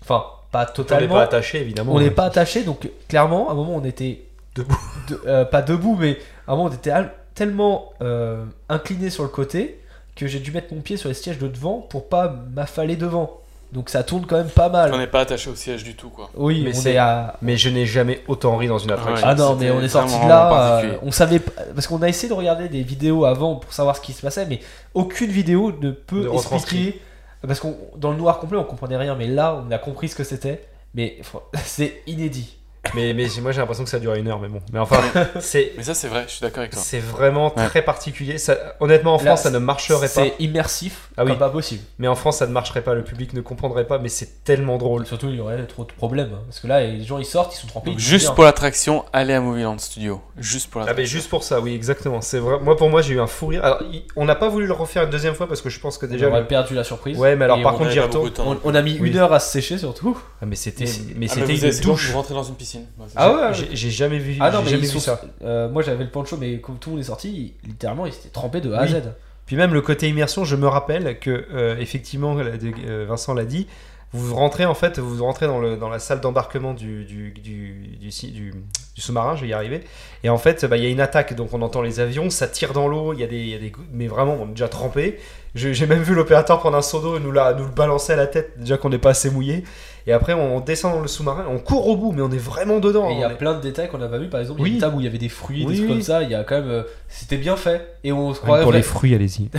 S4: Enfin, pas
S5: on n'est
S4: totalement.
S5: pas attaché, évidemment.
S4: On n'est
S5: Ouais.
S4: pas attaché, donc clairement, à un moment, on était
S5: Debout.
S4: de- euh, pas debout, mais à un moment, on était al- tellement euh, incliné sur le côté que j'ai dû mettre mon pied sur les sièges de devant pour pas m'affaler devant. Donc ça tourne quand même pas
S6: On
S4: mal.
S6: n'est pas attaché au siège du tout, quoi.
S4: Oui,
S5: Mais
S4: on
S5: c'est-
S4: est à,
S5: Mais je n'ai jamais autant ri dans une attraction.
S6: Ouais.
S4: ah non,
S6: c'était
S4: mais on est sorti de
S6: vraiment
S4: là.
S6: particulier.
S4: euh, on savait p- parce qu'on a essayé de regarder des vidéos avant pour savoir ce qui se passait, mais aucune vidéo ne peut
S5: Ne retranscrit.
S4: expliquer parce qu'on dans le noir complet on comprenait rien, mais là on a compris ce que c'était. Mais fr- *laughs* c'est inédit.
S5: Mais, mais moi, j'ai l'impression que ça durait une heure, mais bon. Mais *laughs* enfin, c'est
S6: Mais ça, c'est vrai, je suis d'accord avec toi.
S5: c'est vraiment très particulier. Ça, honnêtement, en
S4: Là,
S5: France, ça ne marcherait pas.
S4: C'est immersif,
S5: Ah oui.
S4: comme pas possible.
S5: Mais en France, ça ne marcherait pas, le public ne comprendrait pas, mais c'est tellement drôle.
S4: Surtout il y aurait trop de problèmes hein, parce que là les gens ils sortent, ils sont trempés.
S6: Donc,
S4: ils
S6: juste
S4: sont bien.
S6: pour l'attraction, allez à Movieland Studio. Juste pour
S5: Ah mais
S6: l'attraction.
S5: juste pour ça, oui, exactement. C'est vrai. Moi, pour moi, j'ai eu un fou rire. Alors, il- on n'a pas voulu le refaire une deuxième fois parce que je pense que déjà.
S4: on aurait
S5: le-
S4: perdu la surprise.
S5: Ouais, mais alors
S4: Et
S5: par
S4: on-
S5: contre,
S6: avait
S5: j'y
S6: pas beaucoup
S5: retourne.
S6: de temps.
S4: on, on a mis
S5: Oui.
S4: une heure à se sécher surtout.
S5: Ah, mais c'était, mais
S6: Ah,
S5: c'était
S6: vous avez-
S5: une
S6: c'est comme
S5: douche.
S6: vous rentrez dans une piscine. Moi, c'est-
S4: Ah ouais, ouais.
S5: J'ai- J'ai jamais vu.
S4: Ah non
S5: j'ai
S4: mais
S5: jamais
S4: ils sont-
S5: vu ça.
S4: euh, moi j'avais le poncho mais comme tout le monde est sorti, littéralement ils étaient trempés de A
S5: Oui.
S4: à Z.
S5: Puis même le côté immersion, je me rappelle que euh, effectivement, la- de- euh, Vincent l'a dit. Vous rentrez en fait, vous rentrez dans, le, dans la salle d'embarquement du, du, du, du, si- du- du sous-marin, je vais y arriver. Et en fait, bah, il y a une attaque, donc on entend les avions, ça tire dans l'eau, il y, a des- il y a des gouttes, mais vraiment, on est déjà trempé. Je- J'ai même vu l'opérateur prendre un seau d'eau et nous, la, nous le balancer à la tête, déjà qu'on n'est pas assez mouillé. Et après, on descend dans le sous-marin, on court au bout, mais on est vraiment dedans.
S4: Et il y a
S5: On est-
S4: plein de détails qu'on n'a pas vu. Par exemple, il y
S5: Oui.
S4: a une table où il y avait des fruits,
S5: Oui,
S4: des trucs
S5: oui.
S4: comme ça. Il y a quand même. euh, C'était bien fait. Et on se croirait. vrai-
S5: fruits, allez-y.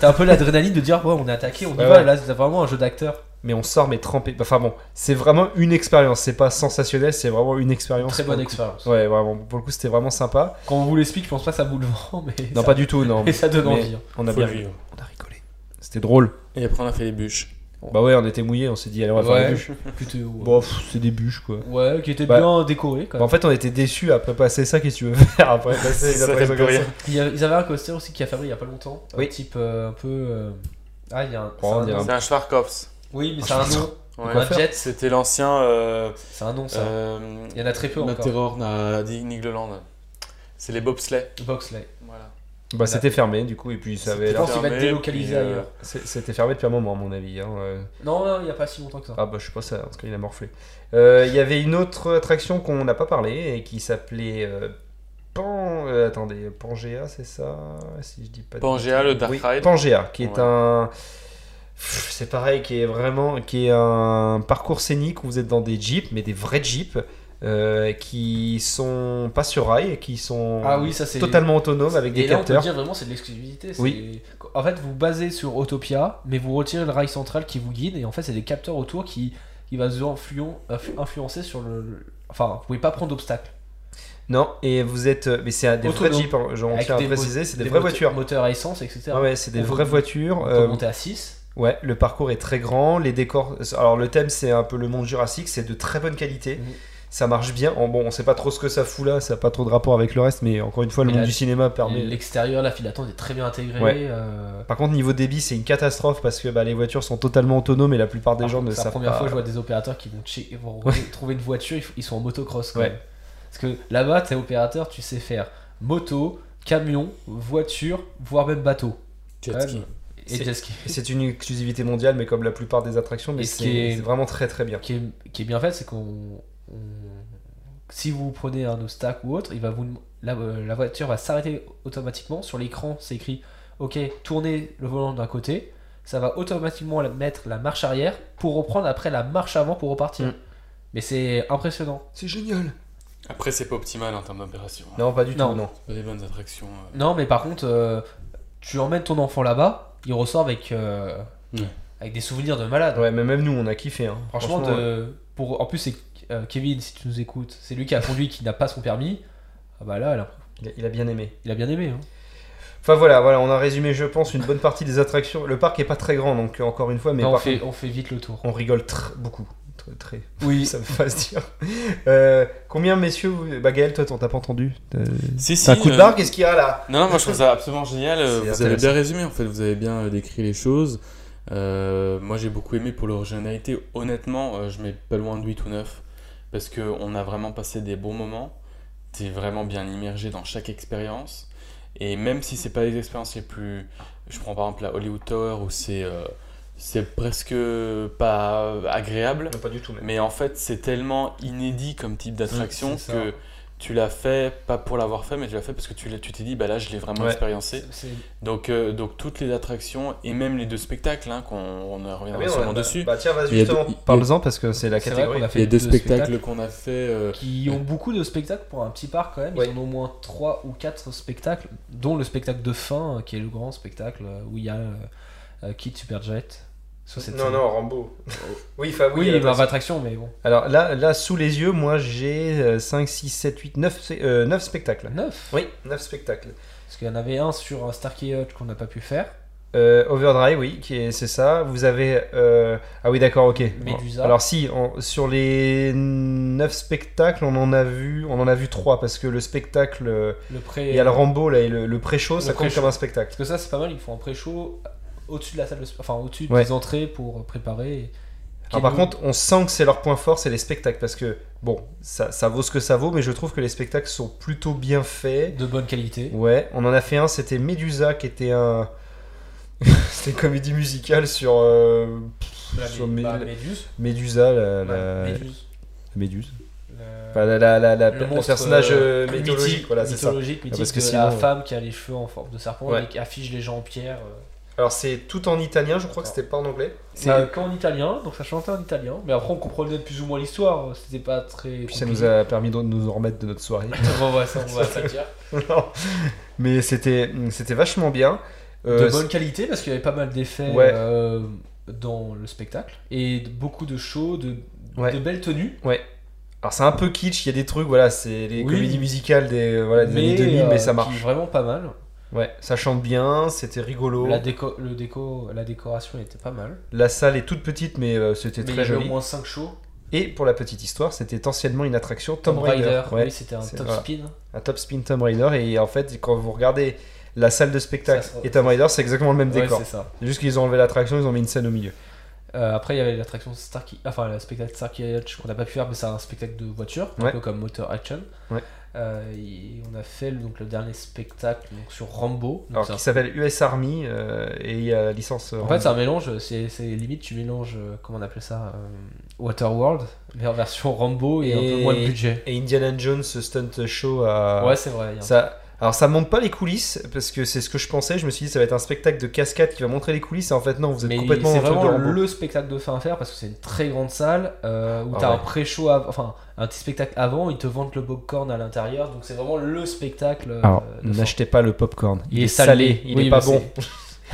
S4: T'as un peu l'adrénaline de dire, ouais, on est attaqué, on y
S5: Ouais,
S4: va.
S5: ouais.
S4: Là, c'est vraiment un jeu d'acteur.
S5: mais on sort mais trempé. Enfin bon, c'est vraiment une expérience, c'est pas sensationnel, c'est vraiment une expérience.
S4: Très
S5: pour
S4: bonne
S5: le coup.
S4: expérience.
S5: Ouais, vraiment, pour le coup c'était vraiment sympa.
S4: Quand on vous l'explique, je pense pas que ça vous le vend, mais. *laughs*
S5: Non,
S4: ça...
S5: pas du tout, non.
S4: Et ça donne
S5: Mais
S4: envie. hein.
S5: *laughs* On a
S6: Faut
S5: bah, bien
S6: le vivre.
S5: on a rigolé. C'était drôle.
S6: Et après, on a fait les bûches.
S5: Bah ouais, on était mouillés, on s'est dit allez, on va faire
S4: Ouais.
S5: des bûches.
S4: Plutôt. ouais.
S5: Bon, pff, c'est des bûches quoi.
S4: Ouais, qui était
S5: Bah-
S4: bien décoré quand
S5: Bah, en
S4: même.
S5: fait, on était déçus après passer ça, qu'est-ce que tu veux faire
S4: *laughs*
S5: après passer les
S6: Ça,
S5: attractions
S6: t'aimes
S5: comme
S6: plus
S5: ça
S6: rien.
S4: Il y a- Ils avaient un coaster aussi qui a fabriqué il y a pas longtemps. Un
S5: Oui. Oh,
S4: type euh, un peu. euh, Ah, il y a un.
S5: Bon, on
S4: c'est un
S5: dirait
S4: nom.
S6: C'est un Schwarzkopf.
S4: Oui, mais
S5: Ah,
S4: c'est un
S5: je-
S4: nom.
S6: Ouais.
S4: Un jet,
S6: C'était l'ancien. euh,
S4: c'est un nom ça.
S6: euh,
S4: Il y en a très peu
S7: La
S4: encore.
S7: terror n'a-
S6: à Digneland. C'est les bobsleigh.
S4: Boxley.
S6: Voilà.
S5: Bah c'était fermé du coup, et puis ça avait
S4: Je
S5: l'air-
S4: pense qu'ils va être
S6: fermé,
S4: délocalisé
S6: puis, euh,
S4: ailleurs.
S5: C'est- C'était fermé depuis un moment à mon avis. hein, euh.
S4: Non, non, il n'y a pas si longtemps que ça.
S5: Ah bah je sais pas ça, parce qu'il a morflé. Euh, Il y avait une autre attraction qu'on n'a pas parlé et qui s'appelait euh, Pan... euh, attendez, Pangea, c'est ça Si je dis pas de
S6: Pangea,
S5: bêtises.
S6: le Dark
S5: Oui,
S6: Ride.
S5: Pangea, qui est
S6: Ouais.
S5: un... Pff, C'est pareil, qui est vraiment... qui est un parcours scénique où vous êtes dans des jeeps, mais des vrais jeeps, euh, qui sont pas sur rail, qui sont
S4: Ah oui, ça c'est.
S5: totalement autonomes avec
S4: Et
S5: des
S4: là, on
S5: capteurs.
S4: peut dire vraiment c'est de l'exclusivité. c'est-
S5: Oui.
S4: En fait, vous basez sur Autopia, mais vous retirez le rail central qui vous guide, et en fait, c'est des capteurs autour qui, qui va vous influen- influ- influencer sur le. le- Enfin, vous pouvez pas prendre d'obstacle.
S5: Non, et vous êtes. euh, Mais c'est un- des vrais
S4: Autonome.
S5: jeeps, hein, j'en
S4: Avec
S5: tiens à
S4: des mo-
S5: préciser, c'est des,
S4: des
S5: vraies
S4: mote-
S5: voitures.
S4: Moteurs à essence, etc.
S5: Ah ouais, c'est des
S4: On peut-
S5: vraies voitures.
S4: On peut
S5: euh,
S4: monter à 6.
S5: ouais, le parcours est très grand, les décors. Alors le thème, c'est un peu le monde jurassique, c'est de très bonne qualité.
S4: Mhm.
S5: Ça marche bien. En- Bon, on sait pas trop ce que ça fout là, ça a pas trop de rapport avec le reste, mais encore une fois, le
S4: Mais
S5: monde
S4: la-
S5: du cinéma permet.
S4: L'extérieur, la file d'attente est très bien intégrée.
S5: Ouais.
S4: euh,
S5: Par contre, niveau débit, c'est une catastrophe parce que bah, les voitures sont totalement autonomes et la plupart des
S4: par
S5: gens
S4: contre,
S5: ne
S4: C'est
S5: savent
S4: la première
S5: pas.
S4: fois que je vois des opérateurs qui vont, che- ils vont trouver une voiture, ils f- ils sont en motocross. Quand
S5: Ouais.
S4: même. Parce que là-bas, t'es opérateur, tu sais faire moto, camion, voiture, voire même bateau.
S6: Jet
S4: Quand même.
S6: ski.
S4: Et
S5: C'est-
S4: jet ski.
S5: C'est une exclusivité mondiale, mais comme la plupart des attractions, mais
S4: Et ce
S5: c'est
S4: qui est-
S5: c'est vraiment très très bien.
S4: qui est, qui est bien fait, c'est qu'on. on- Si vous prenez un obstacle ou autre, il va vous, la, euh, la voiture va s'arrêter automatiquement. Sur l'écran, c'est écrit Ok, tournez le volant d'un côté. Ça va automatiquement la- mettre la marche arrière pour reprendre après la marche avant pour repartir.
S5: Mm.
S4: Mais c'est impressionnant.
S5: C'est génial.
S6: Après, c'est pas optimal en termes d'opération.
S5: Non, pas du
S4: Non.
S5: tout. Non.
S6: C'est pas des bonnes attractions. euh.
S4: Non, mais par contre, euh, tu emmènes ton enfant là-bas, il ressort avec, euh,
S6: Ouais.
S4: avec des souvenirs de malade.
S5: Ouais, mais même nous, on a kiffé. hein.
S4: Franchement, euh, de- pour, en plus, c'est euh, Kevin, si tu nous écoutes, c'est lui qui a conduit, qui n'a pas son permis. Ah bah là, elle a-
S5: il a- il a bien aimé.
S4: il a bien aimé. hein.
S5: Enfin voilà, voilà, on a résumé, je pense, une bonne partie des attractions. Le parc est pas très grand, donc euh, encore une fois, mais
S4: Non, on,
S5: par
S4: fait,
S5: contre,
S4: on fait vite le tour.
S5: on rigole tr- beaucoup. Très, très,
S4: Oui,
S5: ça me fasse dire. Euh, combien, messieurs, vous... bah, Gaël, toi, t'en t'as pas entendu T'as-
S6: Si, si,
S5: C'est un coup de
S6: euh,
S5: barre, qu'est-ce qu'il y a là
S6: Non, non, moi je trouve ça absolument génial. Euh,
S5: C'est
S6: Vous avez bien résumé en fait, vous avez bien euh, décrit les choses. Euh, moi j'ai beaucoup aimé pour l'originalité. Honnêtement, euh, je mets pas loin de 8 ou 9 parce qu'on a vraiment passé des bons moments. T'es vraiment bien immergé dans chaque expérience. Et même si c'est pas les expériences les plus. Je prends par exemple la Hollywood Tower où c'est euh, c'est presque pas euh, agréable.
S5: Pas du tout, même.
S6: Mais en fait, c'est tellement inédit comme type d'attraction
S4: c'est ça.
S6: que tu l'as fait, pas pour l'avoir fait, mais tu l'as fait parce que tu l'as- tu t'es dit, bah là, je l'ai vraiment
S5: Ouais.
S6: expériencé.
S4: c'est- c'est-
S6: Donc, euh, donc toutes les attractions, et même les deux spectacles, hein, qu'on on en reviendra sûrement dessus.
S5: Bah, tiens, vas-y,
S6: Il y a deux-
S5: justement,
S6: il y a-
S5: parle-en parce que c'est la
S4: c'est vrai
S5: catégorie.
S4: qu'on a fait
S6: il y a deux spectacles,
S4: spectacles
S6: qu'on a fait. euh,
S4: qui ont beaucoup de spectacles pour un petit parc quand même.
S5: Ouais.
S4: Ils ont au moins 3 ou 4 spectacles, dont le spectacle de fin, euh, qui est le grand spectacle euh, où il y a euh, euh, Kid Superjet. sur cette
S5: Non,
S4: scène.
S5: non,
S6: *laughs*
S5: Rambo. oui, Fab,
S4: Oui,
S5: oui,
S6: bah,
S4: il va
S5: l'attraction.
S4: attraction, mais bon.
S5: Alors là, là, sous les yeux, moi, j'ai euh, 5, 6, 7, 8, 9, 9 euh, spectacles.
S4: 9
S5: Oui, 9 spectacles.
S4: Parce qu'il y en avait un sur euh, Starkey Hutch qu'on n'a pas pu faire.
S5: Euh, Overdrive, oui, qui est- c'est ça. Vous avez. euh, Ah oui, d'accord, ok.
S4: Medusa.
S5: Alors, si, on- sur les 9 spectacles, on en a vu on en a vu 3 parce que le spectacle. euh,
S4: Le pré...
S5: Il y a le Rambo là, et le, le pré-show,
S4: Le
S5: ça compte
S4: pré-show.
S5: comme un spectacle.
S4: Parce que ça, c'est pas mal, ils font un pré-show au-dessus de la salle de sp- Enfin, au-dessus
S5: Ouais.
S4: des entrées pour préparer.
S5: Alors, par contre, on sent que c'est leur point fort, c'est les spectacles parce que, bon, ça, ça vaut ce que ça vaut, mais je trouve que les spectacles sont plutôt bien faits.
S4: De bonne qualité.
S5: Ouais, on en a fait un, c'était Medusa qui était un. *laughs* c'était une comédie musicale sur. euh,
S4: La
S5: sur
S4: mé-
S5: Mé-
S4: bah, Méduse.
S5: Médusa, la. la...
S4: Ouais, Méduse.
S5: Méduse.
S4: Le-
S5: Enfin, la, la, la, la-
S4: le
S5: Bah, le
S4: monstre,
S5: personnage
S4: euh,
S5: euh, mythologique,
S4: mythique,
S5: voilà, c'est ça.
S4: mythologique, mythique
S5: Parce que
S4: de
S5: sinon,
S4: la
S5: euh,
S4: femme qui a les cheveux en forme de serpent
S5: Ouais.
S4: et qui affiche les gens en pierre. euh.
S5: Alors, c'est tout en italien, je crois que c'était pas en anglais.
S4: C'est
S5: Ah,
S4: qu'en italien, donc ça chantait en italien. Mais après, on comprenait plus ou moins l'histoire. C'était pas très.
S5: Puis ça nous a permis de nous en remettre de notre soirée.
S4: *laughs* on va, ça, on va pas le dire.
S5: Non. Mais c'était c'était vachement bien. Euh,
S4: de bonne qualité parce qu'il y avait pas mal d'effets
S5: Ouais.
S4: euh, dans le spectacle et de- beaucoup de shows, de,
S5: Ouais.
S4: de belles tenues.
S5: Alors c'est un peu kitsch, il y a des trucs, voilà, c'est les
S4: Oui.
S5: comédies musicales des, euh, voilà, des années 2000,
S4: euh,
S5: mais ça
S4: qui est
S5: marche.
S4: vraiment pas mal.
S5: Ouais, ça chante bien, c'était rigolo.
S4: La,
S5: La,
S4: déco, le déco, la décoration était pas mal.
S5: salle est toute petite, mais euh, c'était
S4: Mais il y
S5: très
S4: avait au
S5: joli.
S4: moins 5 shows.
S5: Et pour la petite histoire, c'était anciennement une attraction Tomb,
S4: Tomb
S5: Raider.
S4: Raider,
S5: Ouais,
S4: oui, c'était un
S5: c'est-
S4: top
S5: voilà.
S4: spin.
S5: un top spin Tomb Raider. Et en fait, quand vous regardez la salle de spectacle
S4: Ça se-
S5: et Tomb Raider, c'est exactement le même
S4: Ouais,
S5: décor.
S4: c'est ça.
S5: C'est Juste qu'ils ont enlevé l'attraction, ils ont mis une scène au milieu.
S4: Euh, après, il y avait l'attraction Starkey, enfin le spectacle Starkey Hutch qu'on n'a pas pu faire, mais c'est un spectacle de voiture, un
S5: Ouais.
S4: peu comme Motor Action.
S5: Ouais.
S4: Euh, et on a fait donc, le dernier spectacle donc, sur Rambo. Donc,
S5: Alors
S4: c'est un
S5: qui s'appelle US Army euh, et il y a la licence. euh,
S4: En fait, c'est un mélange, c'est c'est limite, tu mélanges, euh, comment on appelait ça euh, Waterworld, mais en version Rambo et, un
S5: Et-
S4: peu moins de budget.
S5: et Indiana Jones Stunt Show à.
S4: Ouais, c'est vrai. il y a un-
S5: ça, Alors ça montre pas les coulisses parce que c'est ce que je pensais. Je me suis dit ça va être un spectacle de cascade qui va montrer les coulisses et en fait non, vous êtes
S4: Mais
S5: complètement
S4: c'est
S5: dans le truc de
S4: vraiment
S5: Rambo.
S4: le spectacle de fin à faire parce que c'est une très grande salle euh, où
S5: Ah
S4: t'as
S5: ouais.
S4: un pré-show, av- enfin un petit spectacle avant, ils te vendent le popcorn à l'intérieur, donc c'est vraiment le spectacle. euh,
S5: Alors,
S4: de fin.
S5: n'achetez pas le popcorn. Il,
S4: Il
S5: est
S4: est
S5: salé,
S4: salé.
S5: il
S4: Oui,
S5: est pas
S4: mais
S5: *laughs* bon.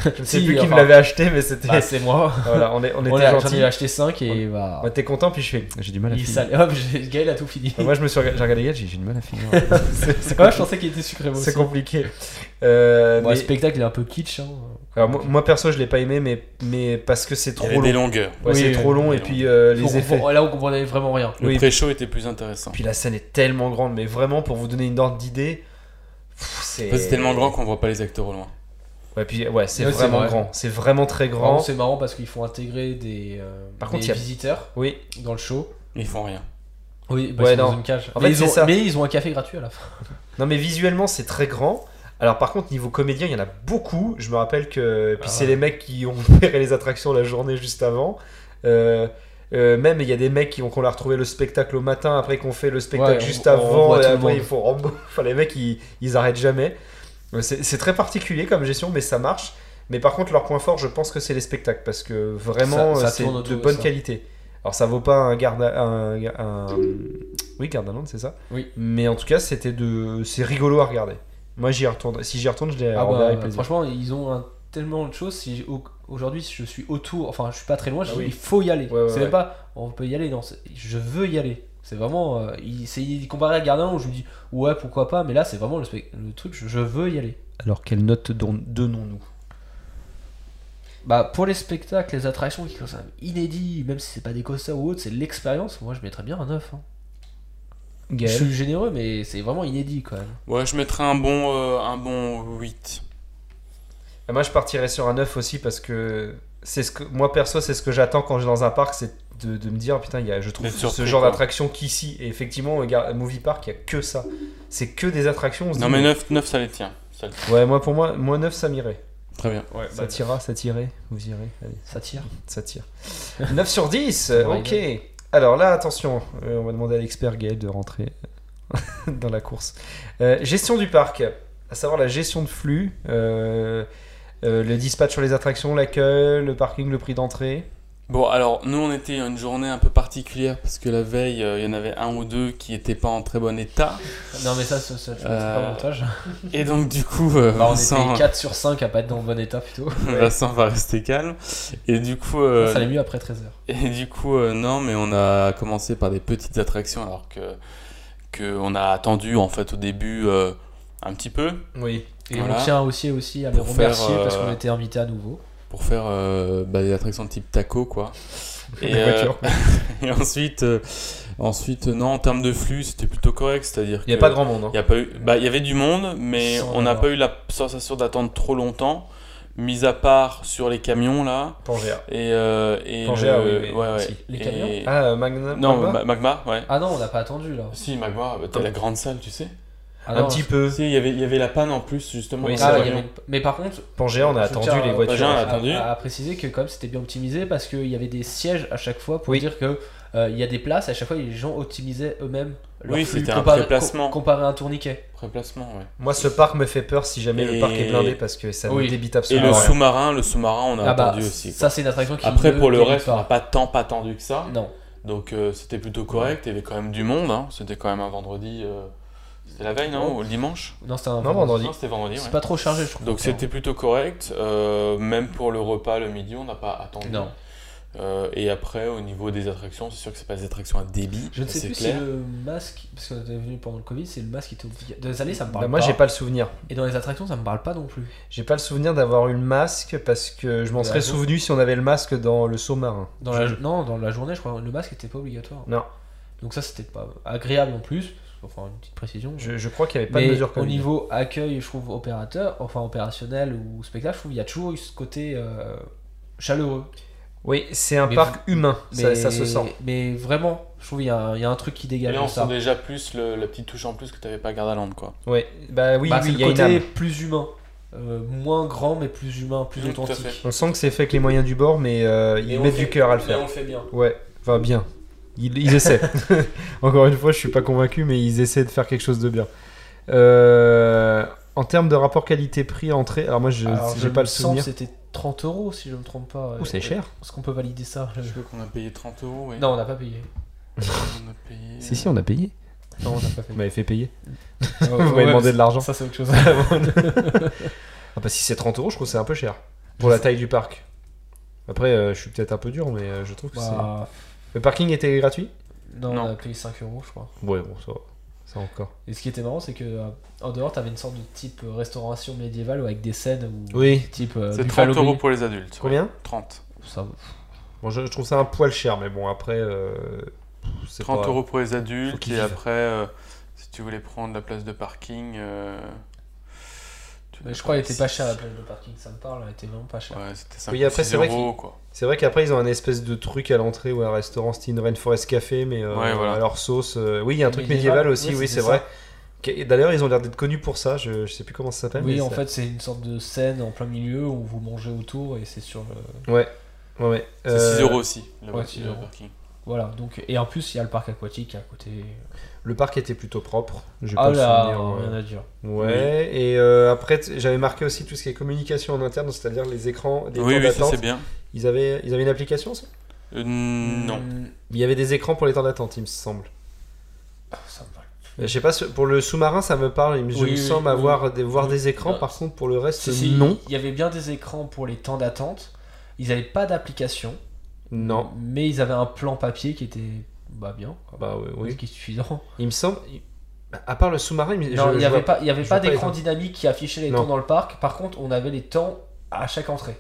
S5: je ne sais
S4: Si,
S5: plus qui me
S4: enfin,
S5: l'avait acheté, mais c'était.
S4: Bah, c'est moi.
S5: *laughs* voilà, on, est,
S4: On
S5: on était
S4: l'a- J'en
S5: gentils.
S4: ai acheté 5 et bah.
S5: On était content, puis je fais. J'ai du mal à
S4: Il est
S5: finir.
S4: salé. Hop, j'ai- *laughs* Gaël a tout fini.
S5: Bah, Moi, je me suis regardé, j'ai regardé Gaël, j'ai j'ai du mal à
S6: *laughs*
S5: finir. C'est- Ah c'est
S4: Ouais, je pensais qu'il était sucré moi
S5: C'est
S4: aussi.
S5: compliqué. Euh,
S4: Bon, Le
S5: mais-
S4: spectacle il est un peu kitsch. hein.
S5: alors, moi, moi, perso, je l'ai pas aimé, mais, mais parce que c'est
S6: Il y
S5: trop
S6: avait
S5: long.
S6: des longueurs.
S5: Ouais,
S4: Oui,
S5: c'est
S4: euh,
S5: trop long,
S6: des
S5: et puis euh, les
S4: On- on-
S5: effets.
S4: Là, on comprenait vraiment rien.
S6: Le
S5: Oui.
S6: pré-show était plus intéressant.
S5: Puis la scène est tellement grande, mais vraiment, pour vous donner une ordre d'idée, pff, c'est.
S6: Après, C'est tellement grand qu'on voit pas les acteurs au loin.
S5: Ouais, puis ouais, c'est
S4: Ouais, c'est
S5: vraiment
S4: vrai.
S5: grand. C'est vraiment très
S4: Vraiment,
S5: grand.
S4: C'est marrant parce qu'ils font intégrer des, euh,
S5: Par contre,
S4: des
S5: il y a-
S4: visiteurs
S5: Oui,
S4: dans le show.
S6: Ils font rien.
S4: Oui, bah,
S5: Ouais,
S4: ils sont
S5: non.
S4: dans une cage.
S5: En
S4: mais,
S5: fait,
S4: ils
S5: c'est
S4: ont,
S5: ça.
S4: mais ils ont un café gratuit à la fin.
S5: Non mais visuellement c'est très grand. Alors par contre niveau comédien il y en a beaucoup. Je me rappelle que puis
S4: Ah.
S5: c'est les mecs qui ont *laughs* géré les attractions la journée juste avant. Euh, euh, même il y a des mecs qui ont qu'on a retrouvé le spectacle au matin après qu'on fait le
S4: Ouais,
S5: spectacle
S4: on-
S5: juste
S4: on
S5: avant
S4: revoit
S5: et
S4: tout le
S5: après
S4: monde.
S5: ils font *laughs* Rambo. Enfin les mecs ils, ils arrêtent jamais. Euh, C'est c'est très particulier comme gestion mais ça marche. Mais par contre leur point fort je pense que c'est les spectacles parce que vraiment
S4: Ça- ça
S5: euh, c'est
S4: tourne
S5: de
S4: autour de
S5: bonne
S4: ça.
S5: qualité. Alors ça vaut pas un garde un, un- oui Gardaland c'est ça. Mais en tout cas, c'était de, c'est rigolo à regarder. Moi, j'y retourne. Si j'y retourne, je les
S4: Ah
S5: reverrai
S4: bah,
S5: avec plaisir.
S4: franchement, ils ont un- tellement de choses. Si j'ai- au- Aujourd'hui, si je suis autour, enfin, je suis pas très loin, je
S5: Ah
S4: dis,
S5: oui.
S4: il faut y aller.
S5: Ouais, ouais,
S4: c'est
S5: ouais.
S4: même pas, on peut y aller, non, c'est- je veux y aller. C'est vraiment, euh, il- c'est il- comparé à Gardin où je me dis, ouais, pourquoi pas, mais là, c'est vraiment le, spec- le truc, je, je veux y aller.
S5: Alors, quelle note don- donnons-nous
S4: Bah, pour les spectacles, les attractions qui sont quand même inédits, même si c'est pas des costards ou autre, c'est l'expérience. Moi, je mettrais bien un 9. hein. Je
S5: Gaël
S4: suis généreux, mais c'est vraiment inédit quand même.
S6: Ouais, je mettrais un bon, euh, un bon 8.
S5: Ah, Moi, je partirais sur un 9 aussi parce que c'est ce que moi perso, c'est ce que j'attends quand je vais dans un parc, c'est de, de me dire oh, putain, il y a, je trouve
S6: D'être
S5: ce
S6: surpris,
S5: genre
S6: quoi.
S5: d'attraction qu'ici. Et effectivement, au Gar- Movie Park, il y a que ça. C'est que des attractions. on se
S6: Non,
S5: dit,
S6: mais 9, 9 ça les tient. Ça les tient.
S5: Ouais, moi pour moi, moi 9 ça m'irait.
S6: Très bien.
S5: ça tirera, ça tirait, vous irez. Allez.
S4: Ça tire.
S5: Ça *laughs* tire. 9 sur 10
S4: Ouais,
S5: Ok. Alors là, attention, euh, on va demander à l'expert Gaël de rentrer *laughs* dans la course. Euh, gestion du parc, à savoir la gestion de flux, euh, euh, le dispatch sur les attractions, l'accueil, le parking, le prix d'entrée.
S6: Bon, alors, nous, on était une journée un peu particulière parce que la veille, euh, il y en avait un ou deux qui n'étaient pas en très bon état.
S4: Non, mais ça, ça, ça, c'est
S6: Euh,
S4: pas montage.
S6: Et donc, du coup, euh,
S4: Bah, on
S6: Vincent,
S4: était 4 sur 5 à pas être dans le bon état plutôt.
S6: Vincent va rester calme. Et du coup, euh,
S4: Ça allait mieux après 13h.
S6: Et du coup, euh, non, mais on a commencé par des petites attractions alors que, que on a attendu en fait au début euh, un petit peu
S5: Oui.
S4: Et
S6: Voilà.
S4: on tient aussi, aussi à les
S6: Pour faire,
S4: remercier parce
S6: euh,
S4: qu'on était invités à nouveau.
S6: pour faire euh, bah, des attractions de type taco quoi. *laughs*
S5: Et
S6: Et, euh,
S5: *laughs* voiture.
S6: et ensuite, euh, ensuite euh, non, en termes de flux, c'était plutôt correct, c'est-à-dire
S5: Il n'y a
S6: que
S5: pas grand monde. hein.
S6: il y a pas eu, bah, il y avait du monde, mais
S4: Sans
S6: on n'a
S4: avoir.
S6: pas eu la sensation d'attendre trop longtemps, mis à part sur les camions là.
S5: Pangea.
S6: Et, euh, et
S5: Pangea,
S6: le-
S5: oui, oui,
S6: ouais, ouais.
S5: si.
S4: Les
S6: Et-
S4: camions
S5: Ah, euh, Magna.
S6: Non, bah,
S5: Magma
S6: ma- magma, ouais.
S4: Ah non, on n'a pas attendu là.
S6: Si, Magma, bah, t'as la grande salle, tu sais.
S4: Ah
S5: un
S4: non,
S5: petit peu.
S6: Tu sais, il y avait- il y avait la panne en plus, justement.
S5: Oui,
S6: dans
S5: c'est
S6: le
S4: Ah,
S5: vrai.
S4: il y
S6: camion.
S4: avait une- Mais par contre,
S5: Pangea, on a
S4: Je
S5: attendu
S4: tiens à-
S5: les voitures.
S6: Pangea, on a
S4: euh, à,
S6: attendu.
S4: à- à préciser que comme c'était bien optimisé parce qu'il y avait des sièges à chaque fois pour
S5: Oui.
S4: dire que euh, il y a des places à chaque fois les gens optimisaient eux-mêmes leur
S6: Oui,
S4: flux
S6: c'était un
S4: comparé-
S6: pré-placement.
S4: co- comparé à un tourniquet
S6: Préplacement, ouais.
S5: Moi, ce parc me fait peur si jamais le
S6: Et-
S5: parc est blindé parce que ça
S4: Oui.
S5: nous débite
S6: Et
S5: absolument.
S6: le
S5: rien.
S6: sous-marin, le sous-marin, on a
S4: Ah bah,
S6: attendu aussi. quoi.
S4: ça c'est une attraction qui
S6: Après,
S4: ne
S6: pour le
S4: délivre
S6: reste, on n'a
S4: pas.
S6: pas tant pas attendu que ça.
S4: non
S6: Donc, euh, c'était plutôt correct. Il y avait quand même du monde. hein. C'était quand même un vendredi. euh, C'était la veille, non Ou le dimanche
S4: non c'est un
S5: Non, vendredi.
S6: Non, c'était vendredi,
S4: c'est
S6: ouais.
S4: pas trop chargé je trouve
S6: Donc, c'était plutôt correct. Euh, même pour le repas, le midi, on n'a pas attendu.
S4: non
S6: Euh, et après, au niveau des attractions, c'est sûr que c'est pas des attractions à débit.
S4: je ne sais
S6: c'est
S4: plus
S6: clair.
S4: si le masque parce qu'on était venu pendant le covid c'est le masque qui était obligatoire dans les allées ça me parle
S5: Bah, moi,
S4: pas.
S5: j'ai pas le souvenir.
S4: et dans les attractions ça me parle pas non plus
S5: J'ai pas le souvenir d'avoir eu le masque parce que je m'en
S4: Dans la
S5: serais
S4: journée.
S5: souvenu si on avait le masque dans le sous-marin.
S4: dans la non dans la journée je crois le masque était pas obligatoire
S5: Non.
S4: donc ça c'était pas agréable en plus enfin une petite précision
S5: Je, je crois qu'il n'y avait pas de
S4: Mais
S5: mesure
S4: au
S5: Covid.
S4: niveau accueil, je trouve opérateur, enfin opérationnel ou spectacle, je trouve il y a toujours eu ce côté euh, chaleureux.
S5: Oui, c'est un
S4: Mais
S5: parc humain, ça,
S4: Mais-
S5: ça se sent.
S4: Mais vraiment, je trouve il y, a un- il y a un truc qui
S6: Et
S4: dégage
S6: là,
S4: de
S6: on
S4: ça.
S6: sent déjà plus le- la petite touche en plus que t'avais pas à Gardaland, quoi.
S5: Ouais. Bah oui,
S4: Bah,
S5: oui,
S4: c'est
S5: il y a
S4: le
S5: une
S4: côté
S5: âme.
S4: plus humain, Euh, moins grand mais plus humain, plus
S6: Oui, tout à
S4: authentique.
S6: fait.
S5: On sent que c'est fait avec les moyens du bord, mais euh, ils
S4: Et on
S5: mettent
S4: le
S5: du
S4: fait-
S5: cœur à le
S4: et
S5: faire.
S4: on le fait bien.
S5: Ouais, enfin bien. *laughs* Ils, ils essaient. Encore une fois, je suis pas convaincu, mais ils essaient de faire quelque chose de bien. Euh, en termes de rapport qualité-prix entrée, alors moi je
S4: Alors,
S5: j'ai
S4: je
S5: pas
S4: me
S5: le
S4: sens que
S5: souvenir.
S4: C'était 30 euros si je me trompe pas.
S5: Ouh, c'est
S4: Euh,
S5: cher.
S4: Est-ce qu'on peut valider ça
S7: Je veux qu'on a payé 30 euros. ouais.
S4: Non, on n'a pas payé.
S7: On a
S4: *laughs*
S7: payé.
S5: Si si, on a payé.
S4: Non, on n'a pas payé.
S5: Vous m'avez fait payer.
S4: Ouais,
S5: Vous m'avez
S4: ouais,
S5: demandé
S4: mais
S5: de l'argent.
S4: Ça, c'est *laughs* autre chose.
S5: Ah bah si c'est 30 euros, je trouve que c'est un peu cher pour la taille du parc. Après, euh, je suis peut-être un peu dur, mais euh, je trouve que c'est.
S4: Bah,
S5: Le parking était gratuit.
S4: non,
S6: Non.
S4: on a payé 5 euros, je crois.
S5: Ouais, bon ça, va. ça encore.
S4: Et ce qui était marrant, c'est que euh, en dehors, t'avais une sorte de type euh, restauration médiévale ou avec des scènes ou
S5: Oui.
S4: type euh,
S6: C'est
S4: Buffalo
S6: 30 euros
S4: Bill.
S6: pour les adultes. ouais.
S5: Combien
S6: 30.
S4: Ça-
S5: Bon, je, je trouve ça un poil cher, mais bon après. euh, c'est
S6: 30
S5: pas-
S6: euros pour les
S5: Faut
S6: adultes
S5: qu'ils
S6: et
S5: vivent.
S6: après, euh, si tu voulais prendre la place de parking. euh, tu
S4: Mais
S6: l'as
S4: je crois qu'elle était pas
S6: ici.
S4: chère la place de parking, ça me parle, elle était vraiment pas chère.
S6: Ouais, c'était 5
S5: Oui, après, c'est vrai
S6: euros quoi.
S5: C'est vrai qu'après ils ont un espèce de truc à l'entrée ou un restaurant style Rainforest Café, mais euh,
S6: Ouais, voilà.
S5: à leur sauce. euh, Oui, il y a un truc
S4: Médiéval,
S5: médiéval aussi.
S4: ouais,
S5: oui, c'est
S4: c'était
S5: vrai. Et D'ailleurs, ils ont l'air d'être connus pour ça. Je, je sais plus comment ça s'appelle.
S4: Oui,
S5: mais
S4: en
S5: ça-
S4: fait, c'est une sorte de scène en plein milieu où vous mangez autour et c'est sur le.
S5: Ouais. Ouais. ouais.
S6: C'est
S5: Euh,
S6: 6 euros aussi, le
S4: ouais,
S6: le
S4: 6 euros.
S6: parking.
S4: Voilà, donc. Et en plus, il y a le parc aquatique à côté.
S5: Le parc était plutôt propre. J'ai
S4: Ah
S5: pas le
S4: là,
S5: souvenir, ouais.
S4: rien à dire.
S5: Ouais, et euh, après, t- j'avais marqué aussi tout ce qui est communication en interne, c'est-à-dire les écrans, les
S6: Oui,
S5: temps
S6: oui, ça
S5: d'attente.
S6: c'est bien.
S5: Ils avaient, ils avaient une application, ça
S6: Euh, non.
S4: Hum,
S5: Il y avait des écrans pour les temps d'attente, il me semble.
S4: Ah, ça me parle.
S5: Euh, Je sais pas, ce- pour le sous-marin, ça me parle, il me, je
S4: Oui,
S5: me
S4: oui,
S5: semble
S4: oui.
S5: avoir des, voir
S4: Oui.
S5: des écrans,
S4: Ah.
S5: par contre, pour le reste,
S4: Si, si,
S5: non.
S4: Il y avait bien des écrans pour les temps d'attente. Ils n'avaient pas d'application.
S5: Non.
S4: Mais ils avaient un plan papier qui était bah bien, quoi.
S5: Bah oui, oui.
S4: qui est
S5: *laughs*
S4: suffisant.
S5: Il me semble. À part le sous-marin, il me-
S4: Non,
S5: je-
S4: il n'y
S5: je
S4: avait
S5: vois-
S4: pas, il y avait
S5: je
S4: pas
S5: vois pas
S4: d'écran
S5: les temps.
S4: dynamique qui affichait les
S5: Non.
S4: temps dans le parc. Par contre, on avait les temps à chaque entrée.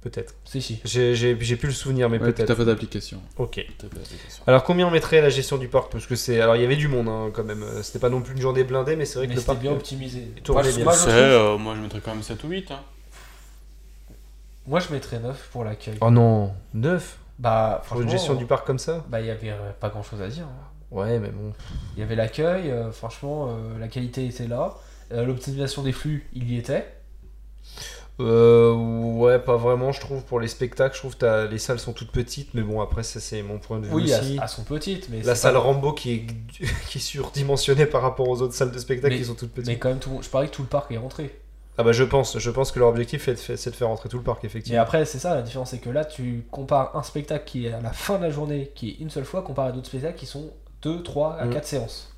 S5: Peut-être.
S4: Si si.
S5: J'ai- J'ai j'ai plus le souvenir, mais
S7: Ouais,
S5: peut-être.
S7: T'as pas d'application.
S5: Ok.
S7: T'as pas d'application.
S5: Alors combien on mettrait la gestion du parc Parce que c'est. Alors il y avait du monde hein, quand même. C'était pas non plus une journée blindée, mais c'est vrai
S4: Mais
S5: que le
S4: c'était
S5: parc. euh.
S4: bien optimisé.
S5: il
S4: Moi
S5: tournait
S4: je,
S5: bien.
S4: moi, je
S6: C'est,
S4: trouve-
S6: euh, moi je mettrais quand même 7 ou 8. Hein.
S4: moi, je mettrais 9 pour l'accueil.
S5: Oh non, 9
S4: Bah
S5: Pour
S4: franchement,
S5: une gestion du parc comme ça
S4: bah il y avait euh, pas grand chose à dire. hein.
S5: Ouais, mais bon.
S4: Il y avait l'accueil. euh, franchement, euh, la qualité était là. Euh, L'optimisation des flux, il y était.
S5: Euh, ouais, pas vraiment, je trouve. Pour les spectacles, je trouve que les salles sont toutes petites, mais bon, après, ça c'est mon point de vue
S4: Oui,
S5: Euh, aussi.
S4: à, à son petite, mais
S5: La
S4: c'est
S5: salle
S4: pas-
S5: Rambo qui est, *laughs* qui est surdimensionnée par rapport aux autres salles de spectacle
S4: Mais-
S5: qui sont toutes petites.
S4: Mais quand même, tout, le monde- je parie que tout le parc est rentré.
S5: Ah bah je pense, je pense que leur objectif est de fa- c'est de faire rentrer tout le parc,
S4: Et
S5: effectivement.
S4: après, c'est ça la différence, c'est que là, tu compares un spectacle qui est à la fin de la journée, qui est une seule fois, comparé à d'autres spectacles qui sont 2, 3 à
S5: Mhm.
S4: 4 séances.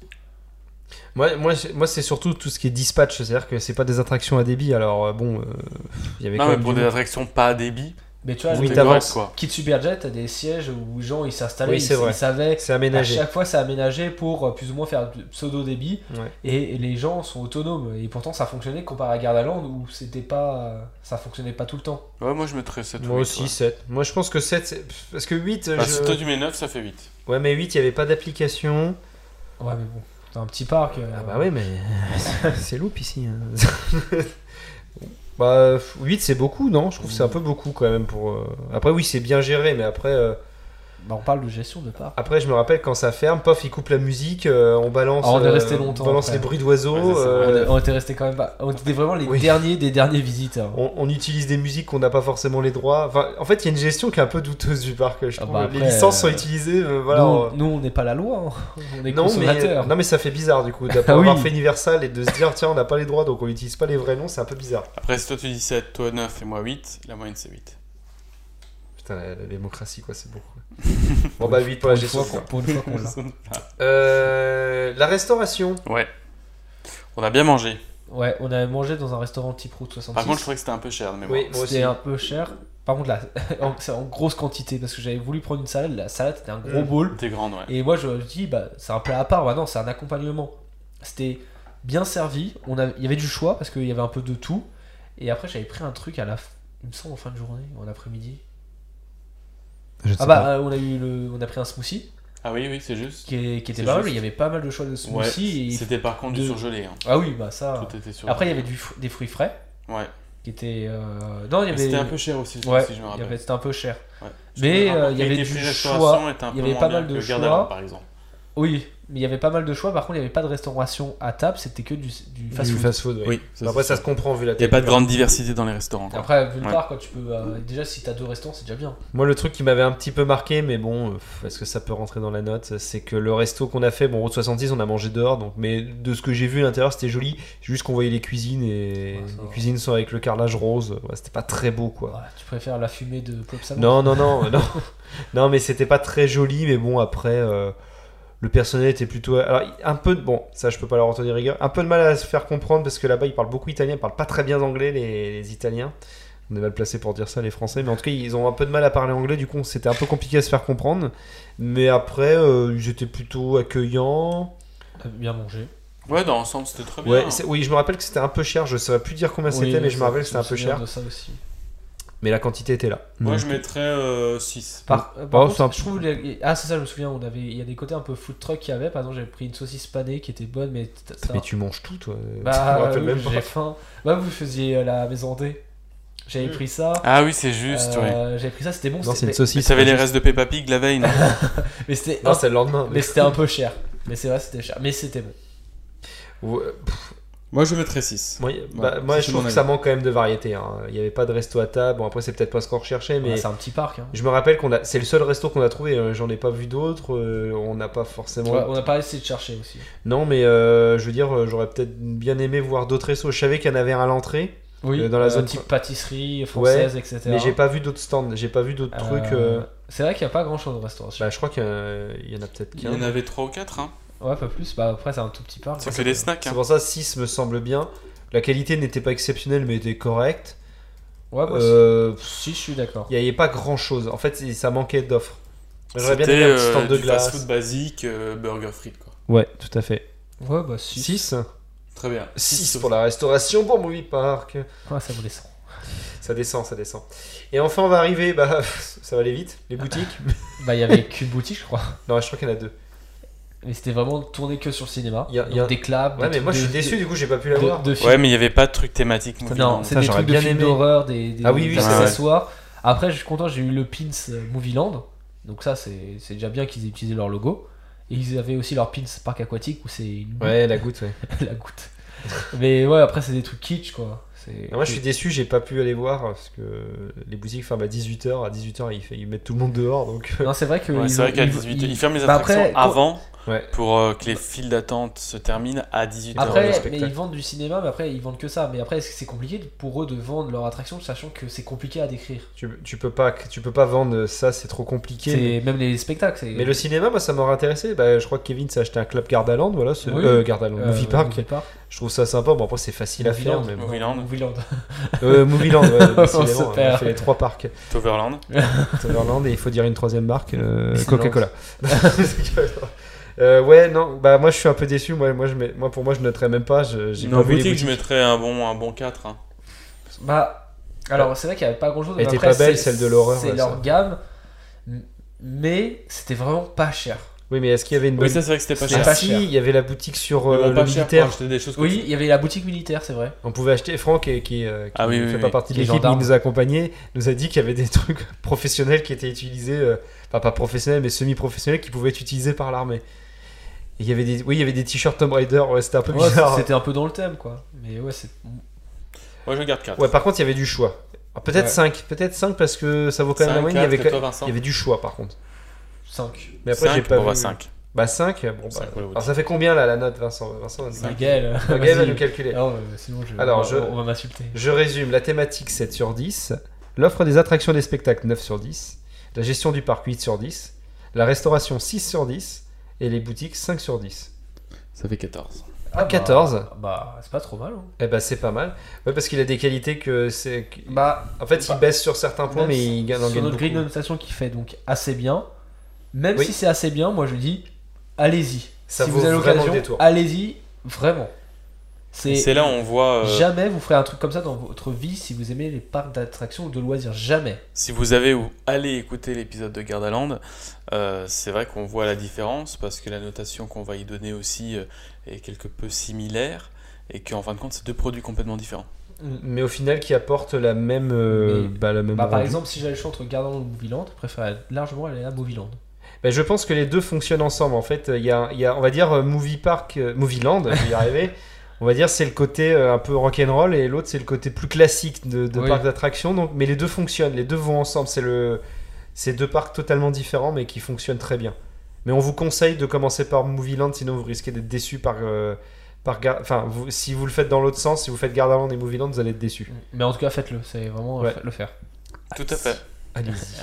S5: Moi, moi, c'est- moi c'est surtout tout ce qui est dispatch, c'est-à-dire que c'est pas des attractions à débit, alors euh, bon, euh, il y avait
S6: Non,
S5: quand
S6: mais
S5: même
S6: pour
S5: du
S6: des
S5: monde.
S6: attractions pas à débit,
S4: Mais tu vois,
S5: Oui,
S4: le
S6: c'était
S5: t'avances.
S6: correct, quoi.
S4: Kid Superjet, t'as des sièges où les gens ils s'installaient,
S5: Oui,
S4: ils,
S5: c'est vrai.
S4: ils savaient.
S5: C'est
S4: À
S5: aménagé.
S4: chaque fois, c'est aménagé pour euh, plus ou moins faire du pseudo débit.
S5: Ouais.
S4: Et, et les gens sont autonomes. Et pourtant, ça fonctionnait comparé à Gardaland où c'était pas, euh, ça fonctionnait pas tout le temps.
S6: Ouais, moi je mettrais 7 ou
S5: Moi
S6: 8.
S5: aussi, 7. Moi, je pense que 7, c'est- parce que 8, euh, je-
S6: Si toi tu mets 9, ça fait 8.
S5: ouais, mais 8, il y avait pas d'application.
S4: Ouais, mais bon, c'est un petit parc. euh,
S5: Ah bah oui, mais *laughs* c'est loup ici. hein. *laughs* bah 8 c'est beaucoup, non Je trouve que c'est un peu beaucoup quand même pour... euh, Après oui c'est bien géré, mais après, euh,
S4: bah, on parle de gestion de parc.
S5: après je me rappelle quand ça ferme, pof, ils coupent la musique, euh, on balance,
S4: Ah, on est
S5: euh,
S4: resté longtemps
S5: on balance
S4: après.
S5: les bruits d'oiseaux,
S6: Ouais, ça, c'est
S5: euh,
S4: On était resté quand même pas. On était vraiment les
S5: Oui.
S4: derniers des derniers visiteurs.
S5: on, on utilise des musiques qu'on n'a pas forcément les droits. Enfin, en fait il y a une gestion qui est un peu douteuse du parc, je
S4: Ah
S5: trouve.
S4: bah après,
S5: les licences sont
S4: euh,
S5: utilisées, euh, voilà.
S4: nous,
S5: on-
S4: nous, on n'est pas la loi, hein. on est
S5: Non mais,
S4: consommateurs.
S5: non mais ça fait bizarre
S4: *laughs*
S5: du coup, d'avoir
S4: Ah oui.
S5: fait Universal et de se dire tiens on n'a pas les droits donc on n'utilise pas les vrais noms, c'est un peu bizarre.
S6: Après, si toi tu dis 7, toi 9 et moi 8, la moyenne c'est 8.
S5: Putain, la, la démocratie, quoi, c'est beau.
S6: *laughs*
S5: quoi. bon, bah, 8 pour la
S4: une
S5: gestion.
S4: fois qu'on- pour une fois
S5: *laughs*
S4: qu'on l'a.
S5: Euh, la restauration.
S6: Ouais. On a bien mangé.
S4: Ouais, on avait mangé dans un restaurant type route 66.
S6: Par contre, je trouvais que c'était un peu cher de mémoire.
S5: Oui. moi aussi.
S4: c'était un peu cher. Par contre, là, *laughs* en- c'est en grosse quantité parce que j'avais voulu prendre une salade. La salade c'était un gros
S5: Mm.
S4: bowl.
S6: C'était grande, ouais.
S4: Et moi, je me dis, bah, c'est un plat à part. Bah non, c'est un accompagnement. C'était bien servi. On a- il y avait du choix parce qu'il y avait un peu de tout. Et après, j'avais pris un truc à la, f- il me semble en fin de journée, ou en après-midi. Ah bah, euh, on a eu le, on a pris un smoothie
S6: Ah oui, oui, c'est juste.
S4: qui, est- qui était
S6: C'est
S4: pas mal.
S6: juste.
S4: Il y avait pas mal de choix de
S6: Ouais.
S4: smoothies. et-
S6: C'était par contre du
S4: de-
S6: surgelé. hein.
S4: Ah oui, bah ça.
S6: Tout était surgelé.
S4: Après, il y avait du fr- des fruits frais
S6: Ouais.
S4: qui étaient. euh, Non, il y
S6: Mais
S4: avait.
S6: C'était un peu cher aussi,
S4: Ouais,
S6: si je me
S4: il y
S6: rappelle.
S4: avait- C'était un peu cher.
S6: Ouais.
S4: Mais,
S6: Je me rappelle
S4: euh, il y
S6: que
S4: avait
S6: les
S4: du
S6: prix
S4: choix,
S6: restauration étaient
S4: il
S6: un
S4: y
S6: peu
S4: avait
S6: moins
S4: pas
S6: bien
S4: mal de
S6: que Gardaland,
S4: choix.
S6: par exemple.
S4: Oui, mais il y avait pas mal de choix. Par contre, il n'y avait pas de restauration à table, c'était que du, du fast
S5: du
S4: food.
S5: fast food. ouais.
S6: Oui, ça,
S5: Après,
S6: c'est
S5: ça se comprend vu la
S6: Il n'y a
S5: tête.
S6: pas de grande diversité dans les restaurants. quoi.
S4: Après, vu le
S6: Ouais.
S4: tard, quoi, tu peux. euh, déjà, si t'as deux restaurants, c'est déjà bien.
S5: Moi, le truc qui m'avait un petit peu marqué, mais bon, euh, est-ce que ça peut rentrer dans la note C'est que le resto qu'on a fait, bon, Route 70, on a mangé dehors, donc, mais de ce que j'ai vu, l'intérieur c'était joli. Juste qu'on voyait les cuisines
S4: Ouais,
S5: et
S4: ça
S5: les
S4: va.
S5: cuisines sont avec le carrelage rose. Ouais, c'était pas très beau, quoi.
S4: Ouais, tu préfères la fumée de Pop Salon
S5: Non, non, non, *laughs* non. Non, mais c'était pas très joli, mais bon, après, euh, le personnel était plutôt. Alors, un peu de. Bon, ça, je peux pas leur en tenir rigueur. Un peu de mal à se faire comprendre parce que là-bas, ils parlent beaucoup italien, ils parlent pas très bien anglais, les, les Italiens. On est mal placé pour dire ça, les Français, mais en tout cas, ils ont un peu de mal à parler anglais, du coup, c'était un peu compliqué à se faire comprendre. Mais après, euh, ils étaient plutôt accueillants.
S4: T'as euh, bien mangé.
S6: Ouais, dans l'ensemble, c'était très bien.
S5: Ouais, c'est- oui, je me rappelle que c'était un peu cher, je saurais plus dire combien c'était,
S4: hein. Oui,
S5: mais je me rappelle que
S4: ça,
S5: c'était un peu
S4: souviens
S5: cher.
S4: de ça aussi.
S5: Mais la quantité était là.
S6: Moi,
S5: Donc,
S6: je mettrais 6.
S4: Par, euh, par
S5: Bon,
S4: contre,
S5: Bah, c'est un
S4: je trouve les- ah c'est ça je me souviens on avait il y a des côtés un peu food truck qu'il y avait par exemple j'avais pris une saucisse panée qui était bonne mais t- ça-
S5: Mais tu manges tout, toi. Je me
S4: bah
S5: rappelle
S4: oui,
S5: même pas.
S4: j'ai faim bah vous faisiez euh, la maison D j'avais pris ça
S6: Ah oui, c'est juste, oui.
S4: euh, j'avais pris ça c'était bon
S5: Non, c'est
S4: c'était-
S5: une
S6: Mais
S5: saucisse.
S6: ça avait les restes de Peppa Pig
S5: *laughs*
S6: la veille, non
S4: mais, mais c'était
S5: Non,
S4: non,
S5: c'est le lendemain.
S4: mais c'était un peu cher mais c'est vrai c'était cher mais c'était bon
S5: Ouais, pff,
S6: Moi, je mettrais 6.
S5: euh, moi, bah,
S7: Ouais,
S5: moi,
S7: c'est
S5: je
S7: mon
S5: trouve que
S7: avis.
S5: ça manque quand même de variété. hein. Il n'y avait pas de resto à table. Bon, après, c'est peut-être pas ce qu'on recherchait, mais
S4: Voilà, c'est un petit parc hein.
S5: je me rappelle qu'on a. C'est le seul resto qu'on a trouvé. euh, J'en ai pas vu d'autres. euh, on n'a pas forcément.
S4: Ouais, on a pas essayé de chercher aussi
S5: Non, mais euh, je veux dire, euh, j'aurais peut-être bien aimé voir d'autres restos. Je savais qu'il y en avait un à l'entrée,
S4: oui
S5: Euh, dans la zone-
S4: type pâtisserie française etc
S5: mais j'ai pas vu d'autres stands. J'ai pas vu d'autres
S4: Euh,
S5: trucs. euh,
S4: c'est vrai qu'il n'y a pas grand chose au restauration
S5: Bah, je crois qu'il y en a- il y en a peut-être
S6: Il y en
S5: qu'un.
S6: avait 3 ou 4, hein.
S4: ouais pas plus bah après c'est un tout petit parc
S6: C'est que des snacks,
S5: C'est
S6: hein.
S5: pour ça, 6 me semble bien. La qualité n'était pas exceptionnelle, mais était correcte.
S4: ouais bah,
S5: Euh,
S4: si je suis d'accord
S5: Il n'y avait pas grand chose. En fait, c'est- ça manquait d'offres. J'aurais bien
S6: C'était,
S5: aimé un petit
S6: euh,
S5: stand de
S6: du
S5: glace.
S6: fast-food basique, euh, burger frites, quoi.
S5: Ouais, tout à fait.
S4: ouais bah si
S5: 6
S6: Très bien.
S5: 6 pour la restauration pour Movie Park.
S4: Ouais, ça vous descend.
S5: Ça descend, ça descend. Et enfin, on va arriver, bah, *laughs* ça va aller vite,
S4: *laughs*
S5: les boutiques.
S4: Bah, il y avait qu'une boutique, je crois. *laughs*
S5: non, je crois qu'il y en a deux.
S4: Mais c'était vraiment tourné que sur le cinéma.
S5: Y a- y a-
S4: Donc, Des claps.
S5: Ouais,
S4: Ah, des
S5: mais moi, je
S4: trucs
S5: suis
S4: de-
S5: déçu,
S4: de-
S5: du coup, j'ai pas pu la
S4: de-
S5: voir.
S4: de films.
S6: Ouais, mais il n'y avait pas de truc thématique. movie,
S4: Non, c'est
S5: Ça,
S4: des
S5: j'aurais
S4: trucs de
S5: bien
S4: films
S5: aimé.
S4: d'horreur, des, des
S5: Ah oui, oui,
S4: des
S6: c'est vrai.
S4: accessoires. Après, je suis content, j'ai eu le pins euh, Movie Land. Donc, ça, c'est c'est déjà bien qu'ils aient utilisé leur logo. Et ils avaient aussi leur pins parc aquatique où c'est une...
S5: Ouais, la goutte, ouais.
S4: *laughs* la goutte. mais ouais, après, c'est des trucs kitsch, quoi. C'est-
S5: Ah, moi, je suis déçu, j'ai pas pu aller voir parce que les boutiques ferment à 18h. À 18h, ils, fait- ils mettent tout le monde dehors, donc. *laughs*
S4: Non, c'est vrai que.
S6: Ouais,
S4: ils
S6: c'est
S4: ont-
S6: vrai qu'à
S4: ils-
S6: 18
S4: ils-
S6: ils ferment les
S4: Bah,
S6: attractions
S4: après,
S6: avant
S5: Ouais.
S6: pour euh, que les files d'attente se terminent à 18h.
S5: le
S4: Après, mais
S5: spectacle.
S4: ils vendent du cinéma, mais après ils vendent que ça. Mais après, est-ce que c'est compliqué pour eux de vendre leur attraction, sachant que c'est compliqué à décrire.
S5: Tu, tu peux pas, tu peux pas vendre ça, c'est trop compliqué.
S4: C'est même les spectacles. c'est-
S5: Mais le cinéma, moi, ça m'aurait intéressé. Bah, je crois que Kevin s'est acheté un club Gardaland, voilà, ce...
S4: Oui.
S5: euh, Gardaland,
S4: euh,
S5: Movie Park.
S4: Movie Park.
S5: Je trouve ça sympa. Bon, après, c'est facile à
S4: Movie
S5: faire.
S4: Land.
S5: Mais... bon.
S6: Movie Land,
S4: Movie Land.
S5: Euh, Movie
S4: *laughs*
S5: Land, ouais, décidément,
S4: On se
S5: on a
S4: perd.
S5: fait les trois parcs.
S6: Toverland.
S5: Toverland, et il faut dire une troisième marque, euh,
S4: Disneyland.
S5: Coca-Cola. *laughs* Euh, ouais, non, bah moi je suis un peu déçu. Moi, moi, je mets- moi, pour moi, je noterais même pas. Je, j'ai
S6: Dans
S5: pas
S6: la
S5: vu les
S6: boutique, je
S5: boutiques.
S6: mettrais un bon, un bon 4. hein.
S4: Bah, alors c'est vrai qu'il n'y avait pas grand chose.
S5: Elle
S4: mais
S5: était
S4: après,
S5: pas belle,
S4: c'est-
S5: celle de l'horreur,
S4: C'est
S5: là,
S4: leur
S5: ça.
S4: gamme, m- mais c'était vraiment pas cher.
S5: Oui, mais est-ce qu'il y avait une
S6: Oui,
S5: bonne.
S6: ça, c'est vrai que c'était pas
S4: C'est
S5: Ah,
S6: cher.
S4: pas
S5: si,
S4: cher.
S5: il y avait la boutique sur
S6: Mais
S5: euh,
S6: bon,
S5: le
S6: pas cher pour
S5: militaire.
S6: acheter des choses comme
S4: Oui, il y avait la boutique militaire, c'est vrai.
S5: On pouvait acheter. Franck, et qui, euh, qui
S6: Ah oui,
S5: ne
S6: oui,
S5: fait
S6: oui.
S5: pas partie de
S4: Qui est
S5: l'équipe, mais il
S4: gendarme.
S5: nous a accompagnés, nous a dit qu'il y avait des *laughs* trucs professionnels qui étaient utilisés, euh, enfin pas professionnels, mais semi-professionnels, qui pouvaient être utilisés par l'armée. Et Il y avait des, oui, il y avait des t-shirts Tomb Raider, ouais, c'était un peu
S4: Ouais,
S5: bizarre.
S4: c'était un peu dans le thème, quoi. Mais ouais, c'est.
S6: Moi, je garde 4.
S5: Ouais, par contre, il y avait du choix. Ah, Peut-être
S4: Ouais.
S5: 5, peut-être 5 parce que ça vaut quand même la moyenne. Il y avait, quand- il y avait du choix par contre.
S4: 5.
S5: Mais après, j'ai pas
S6: on va
S5: vu.
S6: 5.
S5: Bah 5, bon,
S6: Cinq,
S5: bah,
S6: ouais, ouais.
S5: Alors ça fait combien là la note, Vincent Vincent, vas-y.
S4: Miguel.
S5: Gaël va
S4: vas-y.
S5: nous calculer.
S4: Non, euh, sinon, je-
S5: Alors,
S4: on-
S5: je-
S4: on va m'insulter.
S5: Je résume, la thématique 7 sur 10, l'offre des attractions et des spectacles 9 sur 10, la gestion du parc 8 sur 10, la restauration 6 sur 10 et les boutiques 5 sur 10.
S6: Ça fait 14.
S4: Ah, bah,
S5: 14
S4: Bah, c'est pas trop mal. hein.
S5: Eh ben c'est pas mal. Ouais, parce qu'il a des qualités que c'est... que-
S4: Bah,
S5: En fait, il
S4: Bah,
S5: baisse sur certains points,
S4: Même
S5: mais
S4: si-
S5: il gagne en
S4: sur
S5: gagne
S4: notre grille
S5: beaucoup.
S4: d'annotation qui fait donc assez bien. Même
S5: Oui.
S4: si c'est assez bien, moi je dis allez-y.
S5: Ça
S4: si
S5: vaut
S4: vous avez
S5: vraiment le
S4: l'occasion,
S5: détour.
S4: allez-y vraiment.
S6: C'est là où on voit. euh,
S4: jamais vous ferez un truc comme ça dans votre vie si vous aimez les parcs d'attractions ou de loisirs. Jamais.
S6: Si vous avez ou allez écouter l'épisode de Gardaland, euh, c'est vrai qu'on voit la différence parce que la notation qu'on va y donner aussi euh, est quelque peu similaire et qu'en fin de compte, c'est deux produits complètement différents.
S5: Mais au final, qui apporte la même... euh,
S4: Mais-
S5: bah, la même
S4: Bah, par
S5: rendu.
S4: exemple, si j'avais le choix entre Gardaland ou Movieland, je préfère largement aller à Movieland.
S5: Ben, je pense que les deux fonctionnent ensemble. En fait, il y a, il y a, on va dire, euh, Movie Park, euh, Movie Land, je vais y
S6: *laughs*
S5: arriver. On va dire, c'est le côté euh, un peu rock'n'roll et l'autre, c'est le côté plus classique de, de
S4: Oui.
S5: parc d'attractions. Donc, mais les deux fonctionnent, les deux vont ensemble. C'est le, c'est deux parcs totalement différents, mais qui fonctionnent très bien. Mais on vous conseille de commencer par Movie Land, sinon vous risquez d'être déçu par, euh, par, Gar- enfin, vous- si vous le faites dans l'autre sens, si vous faites Gardaland et Movie Land, vous allez être déçu.
S4: Mais en tout cas, faites-le, c'est vraiment euh,
S5: Mm. Ouais.
S4: fa- le faire.
S5: Ah,
S6: Tout à fait.
S5: Allez-y.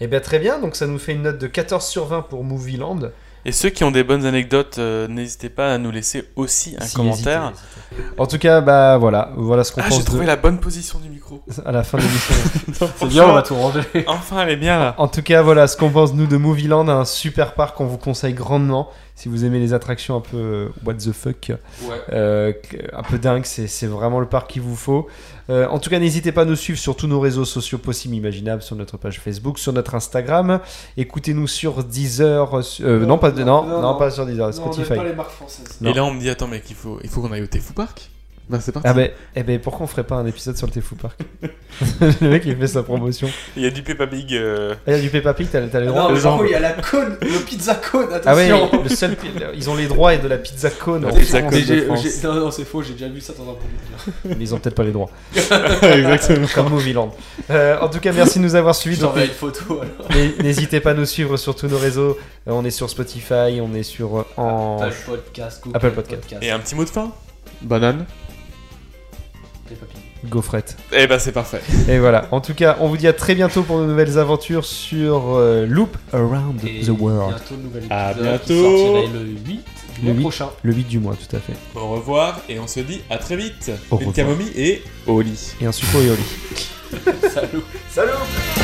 S5: Eh bien, très bien. Donc, ça nous fait une note de 14 sur 20 pour Movie Land.
S6: Et ceux qui ont des bonnes anecdotes, euh, n'hésitez pas à nous laisser aussi un
S5: Si,
S6: commentaire.
S5: hésitez, hésitez. En tout cas, bah voilà, voilà ce qu'on
S6: Ah,
S5: pense
S6: j'ai trouvé
S5: de-
S6: la bonne position
S5: *laughs*
S6: du micro.
S5: à la fin de l'émission.
S4: C'est bien, on va tout ranger.
S6: Enfin, elle est bien là.
S5: en tout cas, voilà ce qu'on pense nous de Movieland, un super parc qu'on vous conseille grandement si vous aimez les attractions un peu euh, what the fuck,
S7: Ouais.
S5: euh, un peu dingue. C'est c'est vraiment le parc qu'il vous faut. Euh, en tout cas, n'hésitez pas à nous suivre sur tous nos réseaux sociaux possibles, imaginables, sur notre page Facebook, sur notre Instagram. Écoutez-nous sur Deezer, sur- euh, non,
S7: Non,
S5: pas
S7: non,
S5: non,
S7: non,
S5: non,
S7: non.
S5: pas sur Deezer,
S7: Non, on
S5: Spotify.
S7: aime pas les marques françaises.
S5: Non.
S6: Et là, on me dit, attends, mec, il faut, il faut qu'on aille au Tefou Park Ben, c'est parti.
S5: Ah ben, eh ben, pourquoi on ferait pas un épisode sur le Tefou Park *laughs* Le mec il fait sa promotion.
S6: Il y a du Peppa Pig. euh,
S5: Ah, Il y a du Peppa Pig, t'as t'as les droits.
S7: Non, mais
S6: gens-
S7: par contre, il y a la cône, le pizza cône,
S5: Ah ouais,
S7: attention.
S5: le seul, ils ont les droits et de la pizza cone.
S6: La
S5: en
S6: pizza
S5: France
S6: cone
S5: de
S7: J'ai-
S5: France.
S7: j'ai- non, non, c'est faux, j'ai déjà vu ça dans un produit.
S5: Mais ils ont peut-être pas les droits. Exactement. Comme Movieland. Euh, en tout cas, merci de nous avoir suivis. Donc,
S7: J'enverrai une photo alors.
S5: n- n'hésitez pas à nous suivre sur tous nos réseaux. Euh, on est sur Spotify, on est sur euh, en
S4: Apple Podcast, Google
S5: Apple Podcast.
S6: Et un petit mot de fin
S7: Banane.
S4: Peppa Pig.
S5: gaufrette.
S6: Eh ben, c'est parfait.
S5: Et voilà. En tout cas, on vous dit à très bientôt pour de nouvelles aventures sur euh, Loop Around
S4: Et
S5: the World.
S4: Bientôt le nouvel épisode
S6: À
S4: qui
S6: bientôt.
S4: sortirait le 8 du
S5: Le
S4: mois
S5: 8.
S4: prochain.
S5: Le 8 du mois, tout à fait.
S6: Au revoir et on se dit à très vite.
S5: Au
S6: Une
S5: revoir.
S6: camomille et au lit.
S5: Et un suppôt et au lit.
S4: Salut.
S5: Salut